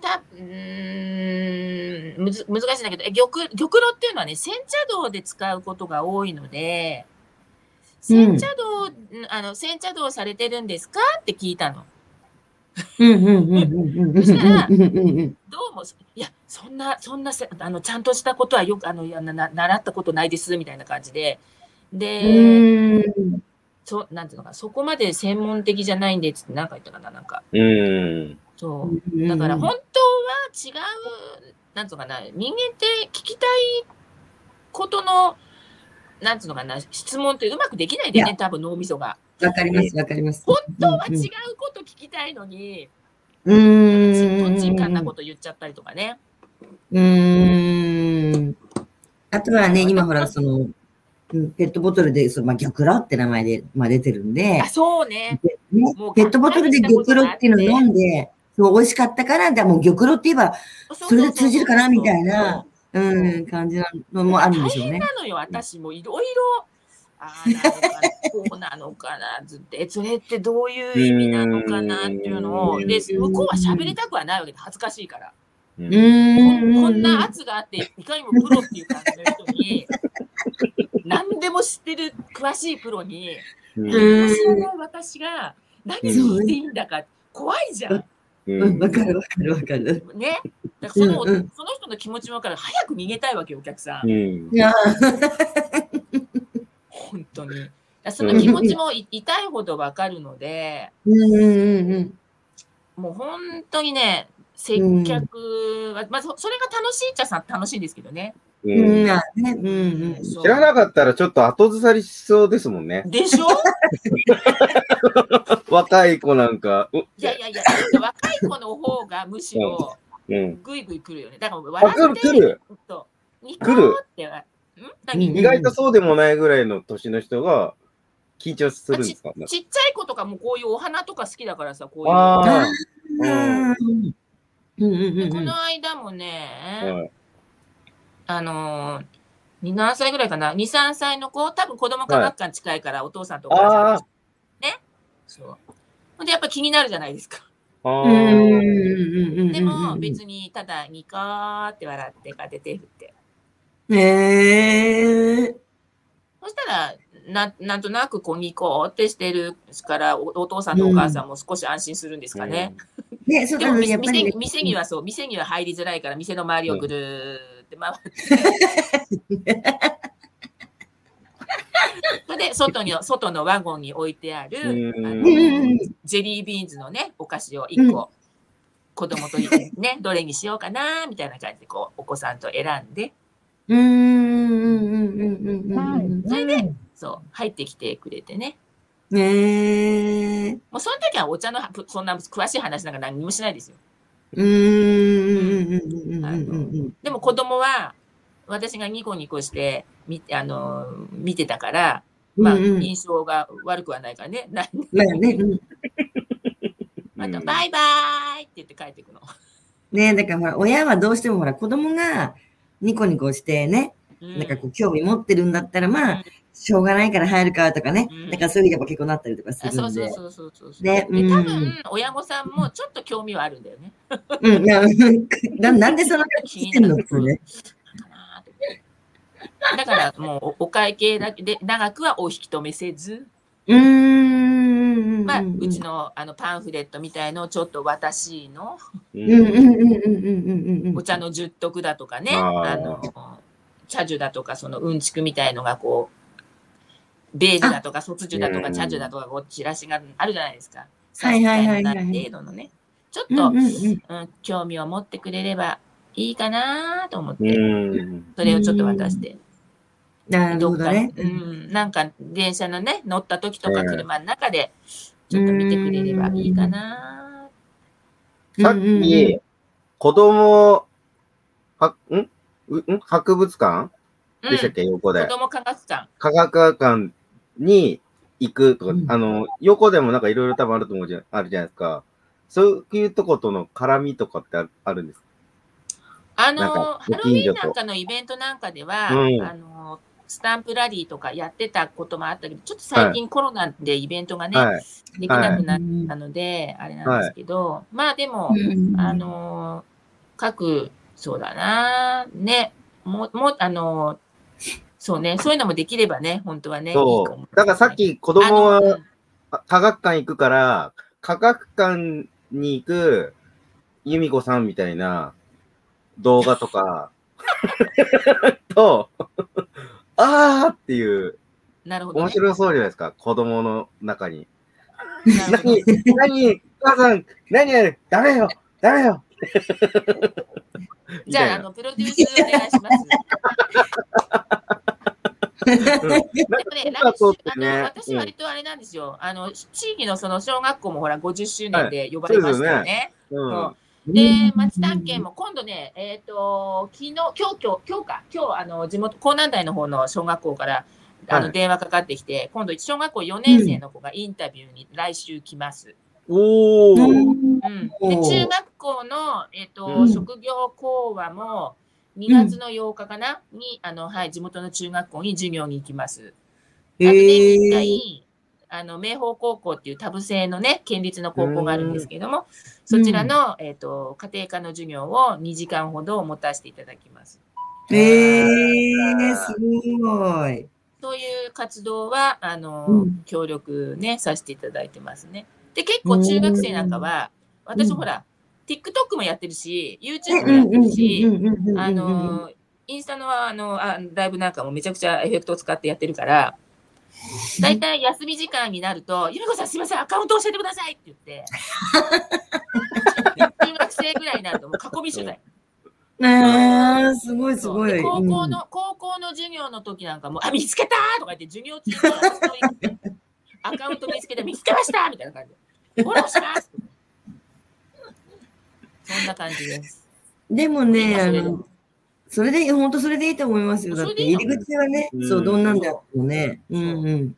Speaker 3: たうーんむず難しいんだけどえ玉玉露っていうのはね煎茶道で使うことが多いので煎茶道、んあの煎茶道されてるんですかって聞いたの
Speaker 1: うんうんうんうんうんうんうんうんうん。
Speaker 3: どうもいやそんなそんなせあのちゃんとしたことはよくあのいやなな習ったことないですみたいな感じで
Speaker 1: う
Speaker 3: で、
Speaker 1: ーん。
Speaker 3: そなんていうのかなそこまで専門的じゃないんでつって何か言ったかななんか
Speaker 2: うん。
Speaker 3: そう、だから本当は違う、なんつうのかな、人間って聞きたいことの、なんつうのかな、質問ってうまくできないんだよね、多分脳みそが。
Speaker 1: わかります、わかります。
Speaker 3: 本当は
Speaker 1: うん
Speaker 3: 違うこと聞きたいのに、
Speaker 1: う
Speaker 3: ち
Speaker 1: ーん。
Speaker 3: んとんちんかんなこと言っちゃったりとかね。
Speaker 1: うーん。あとはね、今ほら、その、うんペットボトルで、そのまあ、玉露って名前で、まあ、出てるんで
Speaker 3: あ、、そうね。
Speaker 1: でね
Speaker 3: もう
Speaker 1: ペットボトルで玉露っていうのを飲んで、そう美味しかったから、じゃあもう玉露って言えば、それで通じるかなみたいなうん、感じなのもあるんでしょう
Speaker 3: 大変
Speaker 1: ね。
Speaker 3: なのよ、私もいろいろ。ああ、なのかな、こうなのかな、ずっと、え、それってどういう意味なのかなっていうのを、
Speaker 2: うん
Speaker 3: で、向こうは喋りたくはないわけで、恥ずかしいから。
Speaker 2: う
Speaker 1: うん
Speaker 3: こ
Speaker 1: ーん。
Speaker 3: んこんな圧があって、いかにもプロっていう感じの人に、何でも知ってる詳しいプロに、
Speaker 2: うん
Speaker 1: うん
Speaker 3: 何も知らない私が何聞いていいんだか、怖いじゃん。
Speaker 2: う
Speaker 1: うん、
Speaker 2: ん
Speaker 1: わかるわかるわかる。
Speaker 3: ね。だからその、
Speaker 1: うんうん
Speaker 3: その人の気持ちもわから早く逃げたいわけよ、お客さん。
Speaker 2: うん
Speaker 1: いや
Speaker 3: 本当に。だからその気持ちもい痛いほどわかるので、
Speaker 1: うんうんうん
Speaker 3: もう本当にね、接客は、まあ、そそれが楽しいっちゃさ楽しいんですけどね。
Speaker 2: う
Speaker 1: うん。うん
Speaker 2: ん
Speaker 1: あねうんうん。
Speaker 3: 知
Speaker 2: 知らなかったらちょっと後ずさりしそうですもんね。
Speaker 3: でしょ
Speaker 2: 若い子なんか。う
Speaker 3: いやいやいや、若い子の方がむしろ
Speaker 2: うん。
Speaker 3: ぐいぐい来るよね。だから
Speaker 2: あ、
Speaker 3: 笑
Speaker 2: 来
Speaker 3: っ
Speaker 2: る
Speaker 3: て、
Speaker 2: 来る。
Speaker 3: そうニコ
Speaker 2: 来る
Speaker 3: ーっては、ん何
Speaker 1: うん
Speaker 2: 意外とそうでもないぐらいの年の人が緊張するんですか
Speaker 3: ちっちゃい子とかもこういうお花とか好きだからさ、こういう。
Speaker 2: あ
Speaker 1: うんうんうん
Speaker 3: で
Speaker 1: うん
Speaker 3: この間も
Speaker 2: あ。
Speaker 3: ね、
Speaker 2: はい
Speaker 3: あのー、2何歳ぐらいかな ?2、3歳の子、多分子供科学館近いから、お父さんとお母さん
Speaker 2: あ
Speaker 3: と。そう。ほんで、やっぱ気になるじゃないですか。
Speaker 2: あ。あ
Speaker 1: うんうんうん
Speaker 2: ー
Speaker 1: うんうん。
Speaker 3: でも、別に、ただ、ニコーって笑って、かて手振って。
Speaker 1: ええ。
Speaker 3: そしたら、ななんとなくこうニコーってしてるからお、お父さんとお母さんも少し安心するんですかね。
Speaker 1: ね、そう
Speaker 3: で
Speaker 1: だ
Speaker 3: も
Speaker 1: ね、
Speaker 3: 店
Speaker 1: やっぱりね。
Speaker 3: 店店にはそう、店には入りづらいから、店の周りをぐるーって回って。それで外に外のワゴンに置いてあるあ
Speaker 2: うん
Speaker 1: うんう
Speaker 3: の
Speaker 1: ん
Speaker 3: ジェリービーンズのねお菓子を1個、子供とねどれにしようかなみたいな感じでこうお子さんと選んで
Speaker 1: うん。うんうんうんうんうんうんうん
Speaker 3: それでそう入ってきてくれてね
Speaker 1: うん。ええ。
Speaker 3: もうその時はお茶のぷそんな詳しい話なんか何もしないですよ
Speaker 1: うんうんうんうんうんうんうん。
Speaker 3: でも子供は私がニコニコして見あのー見てたから、まあ、
Speaker 1: うんうん
Speaker 3: 印象が悪くはないからね、な
Speaker 1: まあね、うん
Speaker 3: また
Speaker 2: うん
Speaker 3: バイバーイって言って帰っていくの。
Speaker 1: ね、だからほら、親はどうしてもほら、子供がニコニコしてね、
Speaker 3: うん
Speaker 1: なんかこう、興味持ってるんだったら、ま
Speaker 3: うん
Speaker 1: あ、しょうがないから入るかとかね
Speaker 3: うん、
Speaker 1: だからそういうやっぱ結構なったりとかす
Speaker 3: あ
Speaker 1: るん
Speaker 3: そうそ
Speaker 1: で
Speaker 3: う。そうそうそうそう。
Speaker 1: ね
Speaker 3: で
Speaker 1: うん
Speaker 3: 多分親御さんもちょっと興味はあるんだよね。
Speaker 1: うん、いやうんななんでそんな感じしてんのってね。
Speaker 3: かなーってだからもうおお会計だけで長くはお引き止めせず、
Speaker 1: うーん。
Speaker 3: まあ、うち。のあのパンフレットみたいのをちょっと私の
Speaker 1: うんうん
Speaker 2: うん
Speaker 1: うんうんうんうんうん。
Speaker 3: お茶の十徳だとかね、
Speaker 2: あー
Speaker 3: あの茶樹だとかそのうんちくみたいのがこうベージュだとか卒樹だと
Speaker 2: う
Speaker 3: か
Speaker 2: ん
Speaker 3: 茶樹だとかこうチラシがあるじゃないですか。
Speaker 1: はいはいはいはい
Speaker 3: サイズみたいな程度のね、ちょっ
Speaker 1: うん
Speaker 3: と、
Speaker 1: うんうん。
Speaker 3: うん、興味を持ってくれればいいかなと思って、
Speaker 2: うん
Speaker 3: それをちょっと渡して、
Speaker 1: なる
Speaker 3: ど
Speaker 1: ほ
Speaker 3: っ
Speaker 1: ど
Speaker 3: か、
Speaker 1: ね。
Speaker 3: うん、なんか電車のね、乗った時とか
Speaker 2: うん
Speaker 3: 車の中で、ちょっと見てくれればいいかな
Speaker 2: さっき、子供、は、んうん博物館
Speaker 3: うん、
Speaker 2: でしたっ
Speaker 3: 子
Speaker 2: け横で。
Speaker 3: 供科学館。
Speaker 2: 科学館に行くとか、
Speaker 1: うん
Speaker 2: あの、横でもなんかいろいろ多分あると思うじゃ、あるじゃないですか。そういうとことの絡みとかってあるあるんですかな
Speaker 3: あ
Speaker 2: ん
Speaker 3: の、
Speaker 2: か
Speaker 3: ハ
Speaker 2: ご
Speaker 3: ロウ
Speaker 2: 近
Speaker 3: ィ
Speaker 2: 所
Speaker 3: ン
Speaker 2: と
Speaker 3: なんかのイベントなんかでは、
Speaker 2: うん
Speaker 3: あの、スタンプラリーとかやってたこともあったけど、ちょっと最近コロナでイベントがね、
Speaker 2: はい。
Speaker 3: できなく
Speaker 1: うんう
Speaker 3: なっ
Speaker 1: ん
Speaker 3: たので、あれなんですけど、まあでも、
Speaker 1: うん
Speaker 3: あのー各、そうだな、ね、もう、もう、あのーそうね、そういうのもできればね、本当はね。いい
Speaker 2: そ
Speaker 3: も
Speaker 2: う。だからさっき子供
Speaker 3: あの
Speaker 2: は
Speaker 3: うん
Speaker 2: あ科学館行くから、科学館に行く由美子さんみたいな動画とか、 と、あーっていう、
Speaker 3: なるほど、
Speaker 2: 面
Speaker 3: ね。
Speaker 2: 白そうじゃないですか、子供の中に。
Speaker 3: なるほど
Speaker 2: 何、何、母さん、何やる、ダメよ、ダメよ。
Speaker 3: じゃあ、あの、プロデュースお願いします。
Speaker 2: みたいな、
Speaker 3: でもね、
Speaker 2: なんかそうだ
Speaker 3: あ
Speaker 2: ね
Speaker 3: の私
Speaker 2: うん
Speaker 3: 割とあれなんですよ。あの、地域のその小学校もほら50周年で呼ばれましたよね。
Speaker 2: うん、う
Speaker 3: そ
Speaker 2: ん
Speaker 3: うで、町探検も今度ね、えっ、と、昨日、今日、今日、今日か、今日、あの、地元、江南台の方の小学校から、あ
Speaker 2: は
Speaker 3: の、
Speaker 2: い
Speaker 3: 電話かかってきて、今度、小学校4年生の子がインタビューに来週来ます。
Speaker 2: お
Speaker 1: う
Speaker 2: ー。
Speaker 1: ん
Speaker 3: うん。で、
Speaker 1: おー
Speaker 3: 中学校の、えっ、と、
Speaker 2: うん
Speaker 3: 職業講話も、2月の8日かな、に、あの、はい、地元の中学校に授業に行きます。あとね、
Speaker 1: へ
Speaker 3: 一
Speaker 1: え。
Speaker 3: 回、あの、明宝高校っていうタブ制のね、県立の高校があるんですけども、そちらの、えっ、と、家庭科の授業を2時間ほど持たせていただきます。
Speaker 1: えー、すごい。
Speaker 3: そういう活動は、あの、
Speaker 1: うん
Speaker 3: 協力ね、させていただいてますね。で、結構中学生なんかは、私
Speaker 1: うん
Speaker 3: ほら、TikTok もやってるし、YouTube も
Speaker 1: うんうん
Speaker 3: やって
Speaker 1: うん
Speaker 3: るし、
Speaker 1: うんうん
Speaker 3: あのーインスタのあのあライブなんかもめちゃくちゃエフェクトを使ってやってるから、だいたい休み時間になると、ゆみこさんすみません、アカウント教えてくださいって言って、中学生ぐらいになるともう囲み取材。
Speaker 1: ねえ、すごいす
Speaker 3: そう
Speaker 1: ご
Speaker 3: で
Speaker 1: い。
Speaker 3: 高校の、高校の授業の時なんかも、あ、見つけたとか言って、授業中にストーリー見てアカウント見つけて、見つけましたみたいな感じで。フォローしますそんな感じです。
Speaker 1: うんでもね、あ
Speaker 3: 忘れる
Speaker 1: の、それで、本当それでいいと思いますよ。だって、入り口はね、
Speaker 2: うん
Speaker 1: そう、どんなんだろうね。う
Speaker 3: うん
Speaker 1: んうん。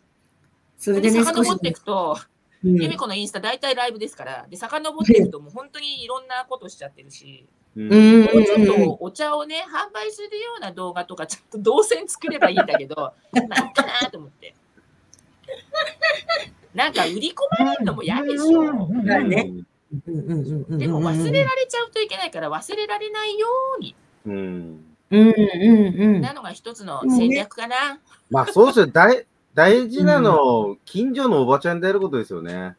Speaker 1: そ
Speaker 3: そ
Speaker 1: れ
Speaker 3: れ
Speaker 1: で
Speaker 3: で
Speaker 1: ね、少し
Speaker 3: 遡っ。ていくと、
Speaker 1: うん
Speaker 3: ゆみこのインスタ大体ライブですから、で、遡っていくともう本当にいろんなことしちゃってるし、
Speaker 2: う
Speaker 1: うんうん
Speaker 3: もうちょっ
Speaker 1: うんうん
Speaker 3: とお茶をね、販売するような動画とか、ちょっと動線作ればいいんだけど、なんかなと思って。なんか売り込まれるのも嫌でしょ。
Speaker 1: だ
Speaker 2: ん
Speaker 1: ね。うんうんうんうん。
Speaker 3: でも忘れられちゃうといけないから、忘れられないように、
Speaker 2: うん。
Speaker 1: うんうんうん
Speaker 3: な。のが一つの戦略かな。
Speaker 2: まあ、そうですよ。大大事なの、近所のおばちゃんでやることですよね。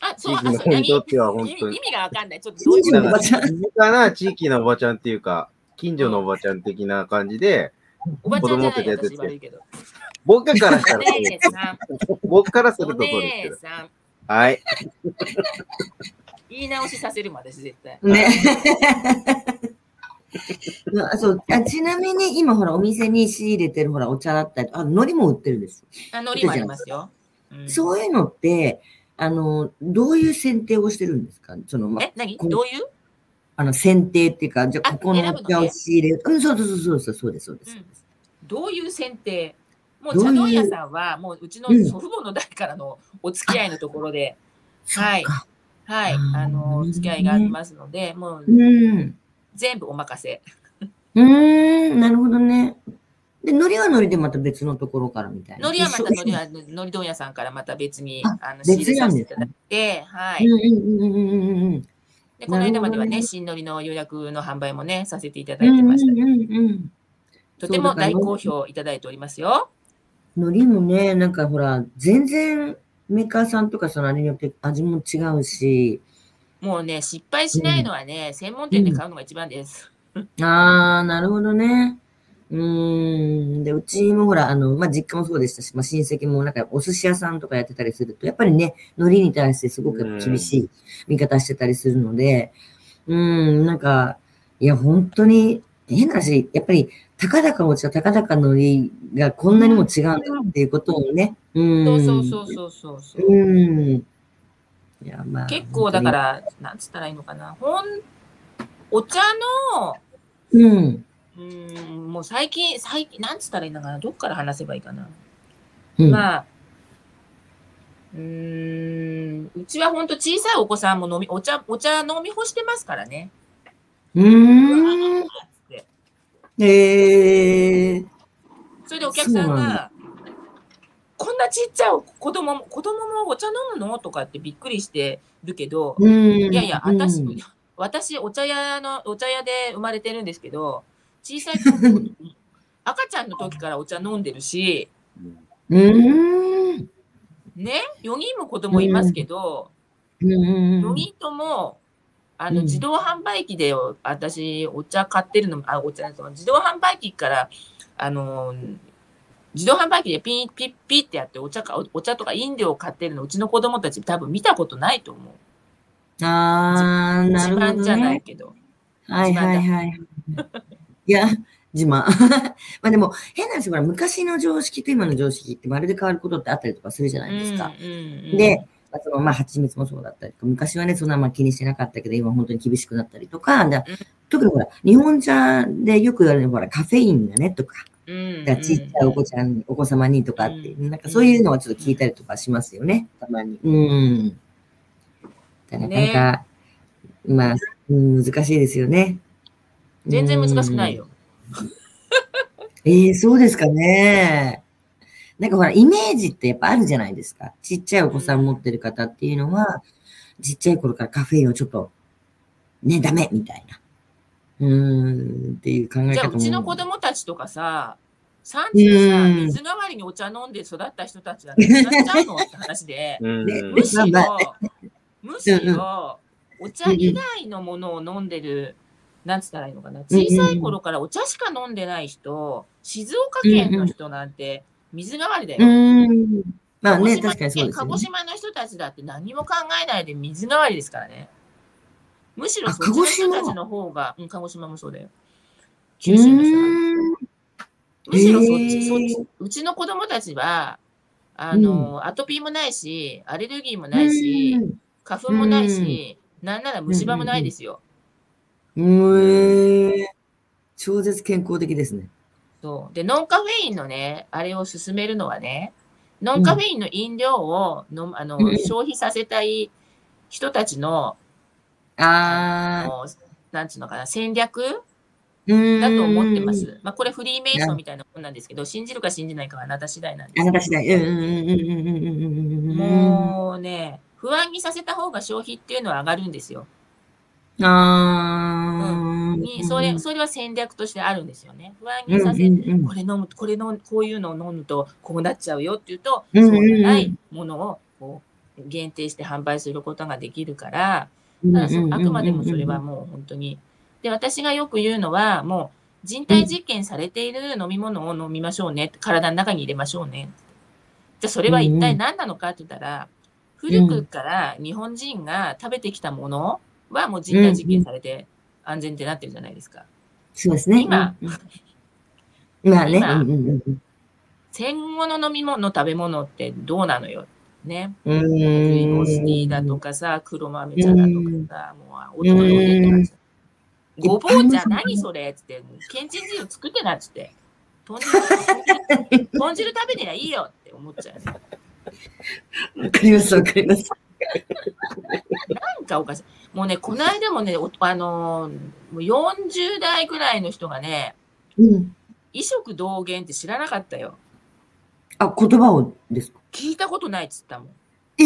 Speaker 3: あ、
Speaker 2: 地
Speaker 3: そう、
Speaker 2: 域
Speaker 3: あ
Speaker 2: の
Speaker 3: そう
Speaker 2: 人
Speaker 3: 何
Speaker 2: にとっ
Speaker 3: 意
Speaker 2: ては本
Speaker 3: 味
Speaker 2: 当
Speaker 3: 意
Speaker 2: に。
Speaker 3: 味がわかんない。ちょっとどういう
Speaker 1: 近所
Speaker 3: こと
Speaker 1: のおばちゃん。
Speaker 2: 身近な地域のおばちゃんっていうか、近所のおばちゃん的な感じで、
Speaker 3: おばちゃんじゃない
Speaker 2: 子供って出てき
Speaker 3: 私
Speaker 2: て
Speaker 3: 悪いけど。
Speaker 2: 僕からした
Speaker 3: お
Speaker 2: らそうで
Speaker 3: 姉
Speaker 2: す、
Speaker 3: さん、
Speaker 2: 僕からする
Speaker 3: お
Speaker 2: とそうですけ
Speaker 3: 姉
Speaker 2: ど。
Speaker 3: さん。
Speaker 2: はい。
Speaker 3: 言い直しさせるまで絶対。
Speaker 1: ね。まあ、そうあちなみに今ほらお店に仕入れてるほらお茶だったりあ海苔も売ってるんですよ、
Speaker 3: あ、海苔もありますよ。うん
Speaker 1: そういうのってあのどういう選定をしてるんですかその、まあ、
Speaker 3: え、何どういう
Speaker 1: あの選定っていうかじゃあ
Speaker 3: あ
Speaker 1: ここのお
Speaker 3: 選
Speaker 1: 茶
Speaker 3: ぶの
Speaker 1: を
Speaker 3: ね
Speaker 1: 仕入れる、うんそうそうそうそうそうですそうです、そうです
Speaker 3: どういう選定もう
Speaker 1: どうい
Speaker 3: 茶
Speaker 1: う
Speaker 3: 道屋さんは、もううちの
Speaker 1: うん
Speaker 3: 祖父母の代からのお付き合いのところで、はい
Speaker 1: そっか
Speaker 3: はい
Speaker 1: あ、ー
Speaker 3: あの、お付き合いがありますので、もう
Speaker 1: うん
Speaker 3: 全部お任せ。
Speaker 1: うーんなるほどねで海苔は海苔でまた別のところからみたいな
Speaker 3: 海苔はまた
Speaker 1: 一緒
Speaker 3: 海苔は、海苔問屋さんからまた別に
Speaker 1: あ、
Speaker 3: あの、仕入
Speaker 1: 別
Speaker 3: れ
Speaker 1: な
Speaker 3: さ
Speaker 1: ん
Speaker 3: せ
Speaker 1: で
Speaker 3: てい
Speaker 1: す
Speaker 3: ただ
Speaker 1: ね
Speaker 3: いて、はい。
Speaker 1: うんうんうんうんうんうんうん
Speaker 3: で、この間ま
Speaker 1: な
Speaker 3: では
Speaker 1: るほどね
Speaker 3: ね、新海苔の予約の販売もね、させていただ
Speaker 1: う
Speaker 3: いて
Speaker 1: ん
Speaker 3: ました。
Speaker 1: うんうん
Speaker 3: とて
Speaker 1: そ
Speaker 3: も
Speaker 1: うだから
Speaker 3: 大好評いただいておりますよ。
Speaker 1: 海苔もね、なんかほら、全然メーカーさんとかそのあれによって味も違うし、
Speaker 3: もうね、失敗しないのはね、専門店で買うのが一番です。
Speaker 1: あー、なるほどね。うーん。で、うちもほら、あの、まあ、実家もそうでしたし、まあ、親戚もなんかお寿司屋さんとかやってたりすると、やっぱりね、海苔に対してすごく厳しい見方してたりするので、うーん、なんか、いや、本当に、変な話、やっぱり、たかだかお茶、たかだか海苔がこんなにも違うんだっていうことをね、うん。
Speaker 3: そうそうそうそうそうそう。
Speaker 1: うん。いや、まあ。
Speaker 3: 結構だか。ら、なんつったらいいのかな。ほん、お茶の、
Speaker 1: うん。
Speaker 3: うーん、もう最近、最近、なんつったらいいのかな。どっから話せばいいかな。
Speaker 1: うん、
Speaker 3: まあ、うーん、うちはほんと小さいお子さんも飲み、お茶、お茶飲み干してますからね。
Speaker 1: うーん。
Speaker 3: て
Speaker 1: ええー。
Speaker 3: それでお客さん
Speaker 1: そうなん
Speaker 3: が、こんなちっちゃい子供も、子供もお茶飲むのとかってびっくりしてるけど、
Speaker 1: うん。
Speaker 3: いやいや、
Speaker 1: うん
Speaker 3: 私、私、お茶屋の、お茶屋で生まれてるんですけど、小さい頃 赤ちゃんの時からお茶飲んでるし、
Speaker 1: うーん。
Speaker 3: ね、4人も子供いますけど、
Speaker 1: うん。
Speaker 3: 4人とも、あ
Speaker 1: う
Speaker 3: の、
Speaker 1: ん
Speaker 3: 自動販売機で、私、お茶買ってるのも、あ、お茶その自動販売機から、あの、自動販売機でピン、ピッ、ピッってやってお茶か、お茶とか飲料を買ってるの、うちの子供たち多分見たことないと思う。
Speaker 1: あー、な
Speaker 3: 自
Speaker 1: るほ
Speaker 3: 慢じ
Speaker 1: ど
Speaker 3: ゃない
Speaker 1: ね。
Speaker 3: けど。
Speaker 1: はいはいはい。いや、自慢。 まあでも、変なんですよ。ほら昔の常識と今の常識ってまるで変わることってあったりとかするじゃないですか。
Speaker 3: うんうんうん
Speaker 1: で、まあそのまあ、蜂蜜もそうだったりとか、昔はね、そんなまあ気にしてなかったけど、今本当に厳しくなったりとか、で特にほら、日本茶でよく言われるほら、カフェインがねとか、
Speaker 3: うん
Speaker 1: だからちっちゃいお子ちゃん、お子様にとかって、なんかそういうのはちょっと聞いたりとかしますよね、たまに。うん。だからなかなか、まあ、うん難しいですよね。
Speaker 3: 全然難しくないよ。
Speaker 1: ええそうですかね。なんかほら、イメージってやっぱあるじゃないですか。ちっちゃいお子さん持ってる方っていうのは、ちっちゃい頃からカフェインをちょっと、ね、ダメみたいな。うーん、っていう考え方も。
Speaker 3: じゃあ、うちの子供たちとかさ、産地でさ、
Speaker 1: うん
Speaker 3: 水代わりにお茶飲んで育った人たちだってなっちゃうのって話で、
Speaker 2: うん
Speaker 1: ね
Speaker 3: むしろ
Speaker 1: まあ、
Speaker 3: むしろ、お茶以外のものを飲んでる、なんつったらいいのかな、小さい頃からお茶しか飲んでない人、静岡県の人なんて水代わりだよ。
Speaker 1: うーん。まあね、
Speaker 3: 鹿児島
Speaker 1: 確かにそうです
Speaker 3: 鹿
Speaker 1: よ
Speaker 3: 児
Speaker 1: ね。
Speaker 3: 島の人たちだって何も考えないで水代わりですからね。むしろ
Speaker 1: あ
Speaker 3: そっちの人
Speaker 1: 鹿児島
Speaker 3: たちの方が、うん、鹿児島もそうだよ。
Speaker 1: う
Speaker 3: 九州の人なんてむしろそっ
Speaker 1: へ
Speaker 3: ち、
Speaker 1: ー
Speaker 3: そっち、うちの子供たちは、あの、アトピーもないし、アレルギーもないし、
Speaker 1: ーん。
Speaker 3: 花粉もないし、なんなら虫歯もないですよ。
Speaker 1: うーん。超絶健康的ですね。
Speaker 3: そう。で、ノンカフェインのね、あれを勧めるのはね、ノンカフェインの飲料をの、あの、
Speaker 1: うん
Speaker 3: 消費させたい人たちの、あ
Speaker 1: あー。
Speaker 3: のなんつうのかな、戦略
Speaker 1: うーん
Speaker 3: だと思ってま。す。まあ、これフリーメイソンみたいなもんなんですけど、信じるか信じないかはあなた次第なんですけ
Speaker 1: あ
Speaker 3: ど。
Speaker 1: なた次第。うんうんうんうんうんうんうんうん。
Speaker 3: もうね、不安にさせた方が消費っていうのは上がるんですよ。
Speaker 1: あー
Speaker 3: にそれそれは戦略としてあるんですよね。不安
Speaker 1: うん
Speaker 3: に
Speaker 1: うん
Speaker 3: させ、
Speaker 1: うん
Speaker 3: これ飲む、これ飲む、こういうのを飲むとこうなっちゃうよっていうと、
Speaker 1: うんう
Speaker 3: そ
Speaker 1: んうん
Speaker 3: うじゃないものをこう限定して販売することができるから、
Speaker 1: うん
Speaker 3: た
Speaker 1: うん
Speaker 3: だ
Speaker 1: うんうんうん
Speaker 3: そあくまでもそれはもう本当に。で、私がよく言うのは、もう人体実験されている飲み物を飲みましょうね、体の中に入れましょうね。じゃあそれは一体何なのかって言ったら、古くから日本人が食べてきたものはもう人体実験されて安全ってなってるじゃないですか。
Speaker 1: そうですね。
Speaker 3: 今
Speaker 1: うんうん、まあね。
Speaker 3: 今
Speaker 1: うんうんうん
Speaker 3: 戦後の飲み物、食べ物ってどうなのよ。ね。
Speaker 1: う
Speaker 3: ルイ
Speaker 1: ーん
Speaker 3: ボスティーだとかさ、黒豆茶だとかさ、もう男の手って感じ。
Speaker 1: うん
Speaker 3: ごぼう茶何それっつって、もうけんちん汁作ってなっつって。豚汁 豚汁食べてりゃいいよって思っちゃう。
Speaker 1: わかります、わかります。
Speaker 3: なんかおかしい。もうね、この間もね、おあのーもう40代ぐらいの人がね、
Speaker 1: うん、
Speaker 3: 異色同源って知らなかったよ。
Speaker 1: あ、言葉をですか
Speaker 3: 聞いたことないっつったもん。
Speaker 1: え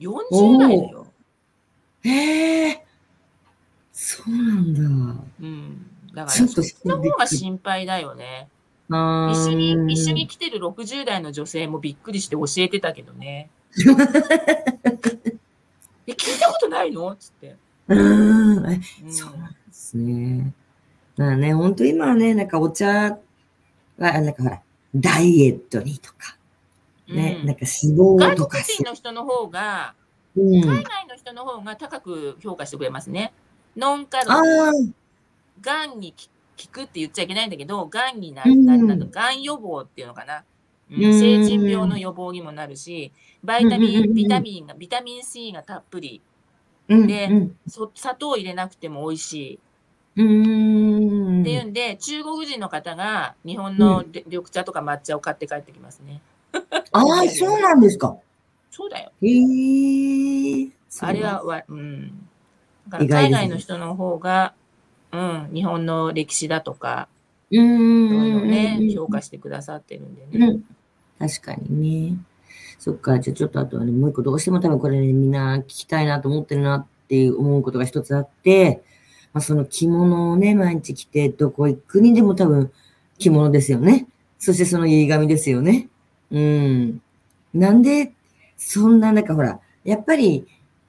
Speaker 3: 40代だよ。
Speaker 1: えええそうなんだ。
Speaker 3: うん。だか
Speaker 1: ちょ
Speaker 3: ら、
Speaker 1: っと
Speaker 3: そっちの方
Speaker 1: びっ
Speaker 3: が
Speaker 1: くり
Speaker 3: 心配だよね。
Speaker 1: あ
Speaker 3: 一
Speaker 1: ー
Speaker 3: 緒に、一緒に。来てる60代の女性もびっくりして教えてたけどね。え、聞いたことないのっつって。
Speaker 1: うーん、え
Speaker 3: うん
Speaker 1: そうなんですね。まあね、本当今はね、なんかお茶は、なんかほら、ダイエットにとか、ね、
Speaker 3: うん
Speaker 1: なんか脂肪と
Speaker 3: 外
Speaker 1: か
Speaker 3: 国人の人の方が、
Speaker 1: うん、
Speaker 3: 海外の人の方が高く評価してくれますね。ノンカロ
Speaker 1: あ
Speaker 3: リー
Speaker 1: あ、
Speaker 3: がんにき効くって言っちゃいけないんだけど、がんにな
Speaker 1: う
Speaker 3: る、
Speaker 1: ん
Speaker 3: なんなんだがん予防っていうのかな。うん
Speaker 1: うん
Speaker 3: 成人病の予防にもなるし、バイタミ
Speaker 1: うんうんうんう
Speaker 3: ン、
Speaker 1: ん
Speaker 3: ビタミンが、ビタミン C がたっぷり、
Speaker 1: うん、
Speaker 3: で
Speaker 1: うん
Speaker 3: そ砂糖入れなくても美味しい。
Speaker 1: うーん。
Speaker 3: っていうんで、中国人の方が日本ので緑茶とか抹茶を買って帰ってきますね。
Speaker 1: ああ、そうなんですか。
Speaker 3: そうだよ。
Speaker 1: へえ。そうな
Speaker 3: あ
Speaker 1: ん
Speaker 3: れ
Speaker 1: だ
Speaker 3: は、わうん。だか
Speaker 1: 意
Speaker 3: ら
Speaker 1: 外です
Speaker 3: 海
Speaker 1: ね
Speaker 3: 外の人の方が、うん、日本の歴史だとか、
Speaker 1: うー
Speaker 3: そういうのを
Speaker 1: ん。
Speaker 3: ね、評価してくださってるんでね。
Speaker 1: うん。確かにね。そっか、じゃあちょっとあとはね、もう一個どうしても多分これね、みんな聞きたいなと思ってるなっていう思うことが一つあって、まあ、その着物をね、毎日着て、どこ行くにでも多分着物ですよね。そしてその結紙ですよね。うん。なんで、そんな、なんかほら、やっぱり、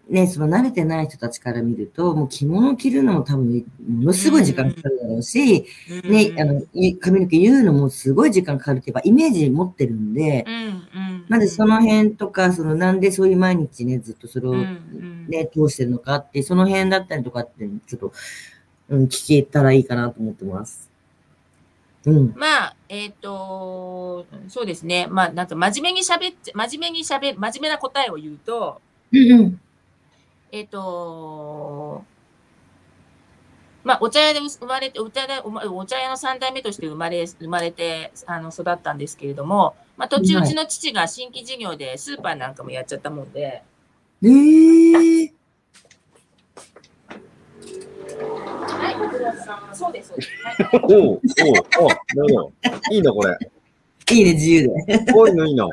Speaker 1: ね、その慣れてない人たちから見ると、もう着物を着るのも多分、ものすごい時間かかるだろうし、
Speaker 3: うん
Speaker 1: ね、あの、い髪の毛言うのもすごい時間かかるっていうか、イメージ持ってるんで、
Speaker 3: うんうん、
Speaker 1: まずその辺とか、そのなんでそういう毎日ね、ずっとそれを
Speaker 3: うんう
Speaker 1: ね、
Speaker 3: ん
Speaker 1: 通してるのかって、その辺だったりとかって、ちょっと、うん、聞けたらいいかなと思ってます。ううん。
Speaker 3: まあ、えっ、と、そうですね。まあ、なんか真面目に喋っちゃ、真面目に喋、真面目な答えを言うと、
Speaker 1: うん。
Speaker 3: えっ、と、まあ、お茶屋で生まれて、お茶屋でおまお茶屋の三代目として生まれ、生まれて、あの、育ったんですけれども、まあ、途中、
Speaker 1: はいう
Speaker 3: ちの父が新規事業でスーパーなんかもやっちゃったもんで、
Speaker 1: ええ
Speaker 3: はい、そうです、そうです。
Speaker 2: おうおうおうなるほど。いいのこれ。
Speaker 1: いいね、自由で。
Speaker 2: こういうのい いの。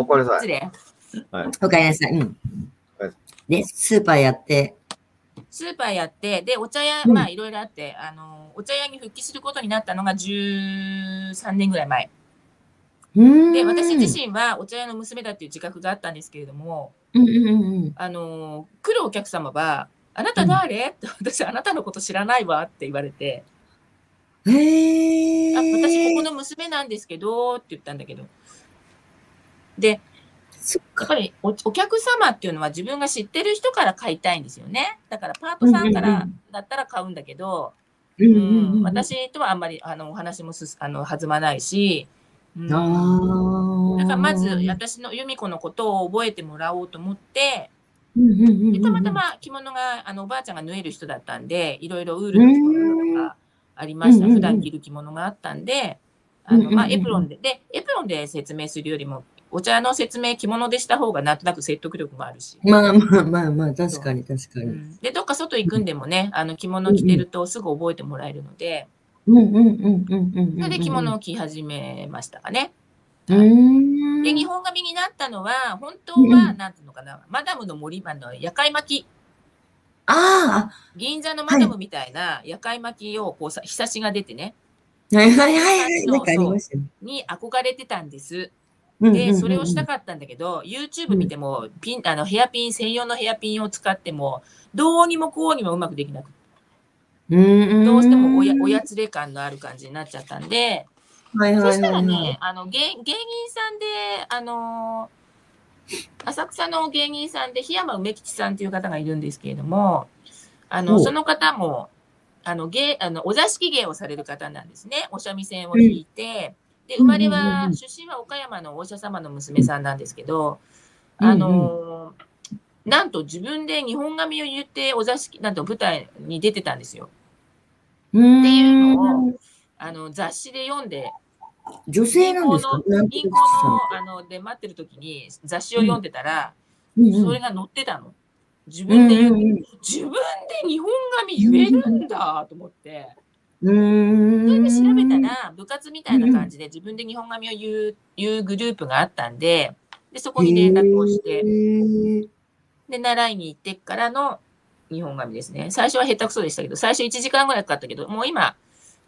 Speaker 2: おかえりなさ
Speaker 3: 失
Speaker 2: い。
Speaker 3: 礼。
Speaker 1: おかえりなさい。うん
Speaker 2: はい。
Speaker 1: で、スーパーやって、
Speaker 3: スーパーやって、で、お茶屋、
Speaker 1: うん
Speaker 3: まあ、いろいろあって、あの、お茶屋に復帰することになったのが13年ぐらい前。
Speaker 1: うん
Speaker 3: で、私自身はお茶屋の娘だっていう自覚があったんですけれども、
Speaker 1: 身。うんうんうんうん。
Speaker 3: あの、来るお客様は、あなた誰、って私、あなたのこと知らないわって言われて、
Speaker 1: へえ。
Speaker 3: あ私、ここの娘なんですけど、って言ったんだけど。で、
Speaker 1: そっ
Speaker 3: やっ
Speaker 1: か。
Speaker 3: ぱりおお客様っていうのは自分が知ってる人から買いたいんですよね。だからパートさんか
Speaker 1: うんうんう
Speaker 3: ら
Speaker 1: ん
Speaker 3: だったら買うんだけど、
Speaker 1: うん
Speaker 3: うん、私とはあんまりあのお話もすすあの弾まないし、うん、
Speaker 1: あ
Speaker 3: だ
Speaker 1: あ。
Speaker 3: からまず私の由美子のことを覚えてもらおうと思って、
Speaker 1: うんうんうんうん
Speaker 3: でたまたま着物があのおばあちゃんが縫える人だったんでいろいろウールの着物とかありました、
Speaker 1: うんうんうん
Speaker 3: 普段着る着物があったんであの、まあ、
Speaker 1: うんうんうんうん
Speaker 3: エプロンででエプロンで説明するよりもお茶の説明着物でした方がなんとなく説得力もあるし。
Speaker 1: まあまあまあまあ、確かに確か
Speaker 3: う
Speaker 1: に。
Speaker 3: んでどっか外行くんでもねあの着物着てるとすぐ覚えてもらえるので
Speaker 1: うんうんうんうんうんうんうん。
Speaker 3: それで着物を着始めましたかね。
Speaker 1: うーん。
Speaker 3: で、日本髪になったのは、本当は、なんていうのかな、マダムの森番の夜会巻き、
Speaker 1: あ
Speaker 3: 銀座のマダムみたいな夜会巻きを、こうさ、日差しが出てね、
Speaker 1: あ。はいはいはいはい。なんかありましたね。
Speaker 3: に憧れてたんです。
Speaker 1: うんうんうんう
Speaker 3: で、
Speaker 1: ん
Speaker 3: それをしたかったんだけど、YouTube 見ても、ピン、あの、ヘアピン、専用のヘアピンを使っても、どうにもこうにもうまくできなくて、
Speaker 1: うんん
Speaker 3: どうしても親、親連れ感のある感じになっちゃったんで、
Speaker 1: はいはいはい
Speaker 3: そ
Speaker 1: はい
Speaker 3: したらね、あの芸芸人さんで、あのー浅草の芸人さんで、檜山梅吉さんという方がいるんですけれども、あ
Speaker 1: お
Speaker 3: の
Speaker 1: う
Speaker 3: その方もあの芸あのお座敷芸をされる方なんですね、お三味線を弾いて、で生まれ
Speaker 1: うんうんうんう
Speaker 3: は、
Speaker 1: ん
Speaker 3: 出身は岡山のお医者様の娘さんなんですけど、あのーなんと自分で日本髪を言って、お座敷、なんと舞台に出てたんですよ。
Speaker 1: っていう
Speaker 3: のをあの雑誌で読んで
Speaker 1: 女性なんですかなんて
Speaker 3: 銀
Speaker 1: 言っ
Speaker 3: 行のあので待ってる時に雑誌を読んでたら、
Speaker 1: てた
Speaker 3: そ
Speaker 1: の
Speaker 3: れが載ってたの。自分で言う、
Speaker 1: うんうん
Speaker 3: 自分で日本髪言えるんだと思って、
Speaker 1: うんうん
Speaker 3: それで調べた
Speaker 1: な
Speaker 3: ら、部活みたいな感じで自分で日本髪を言う言うグループがあったんで、でそこに連絡をして、で習いに行ってからの日本髪ですね。最初は下手くそでしたけど、最初1時間ぐらいかかったけど、もう今、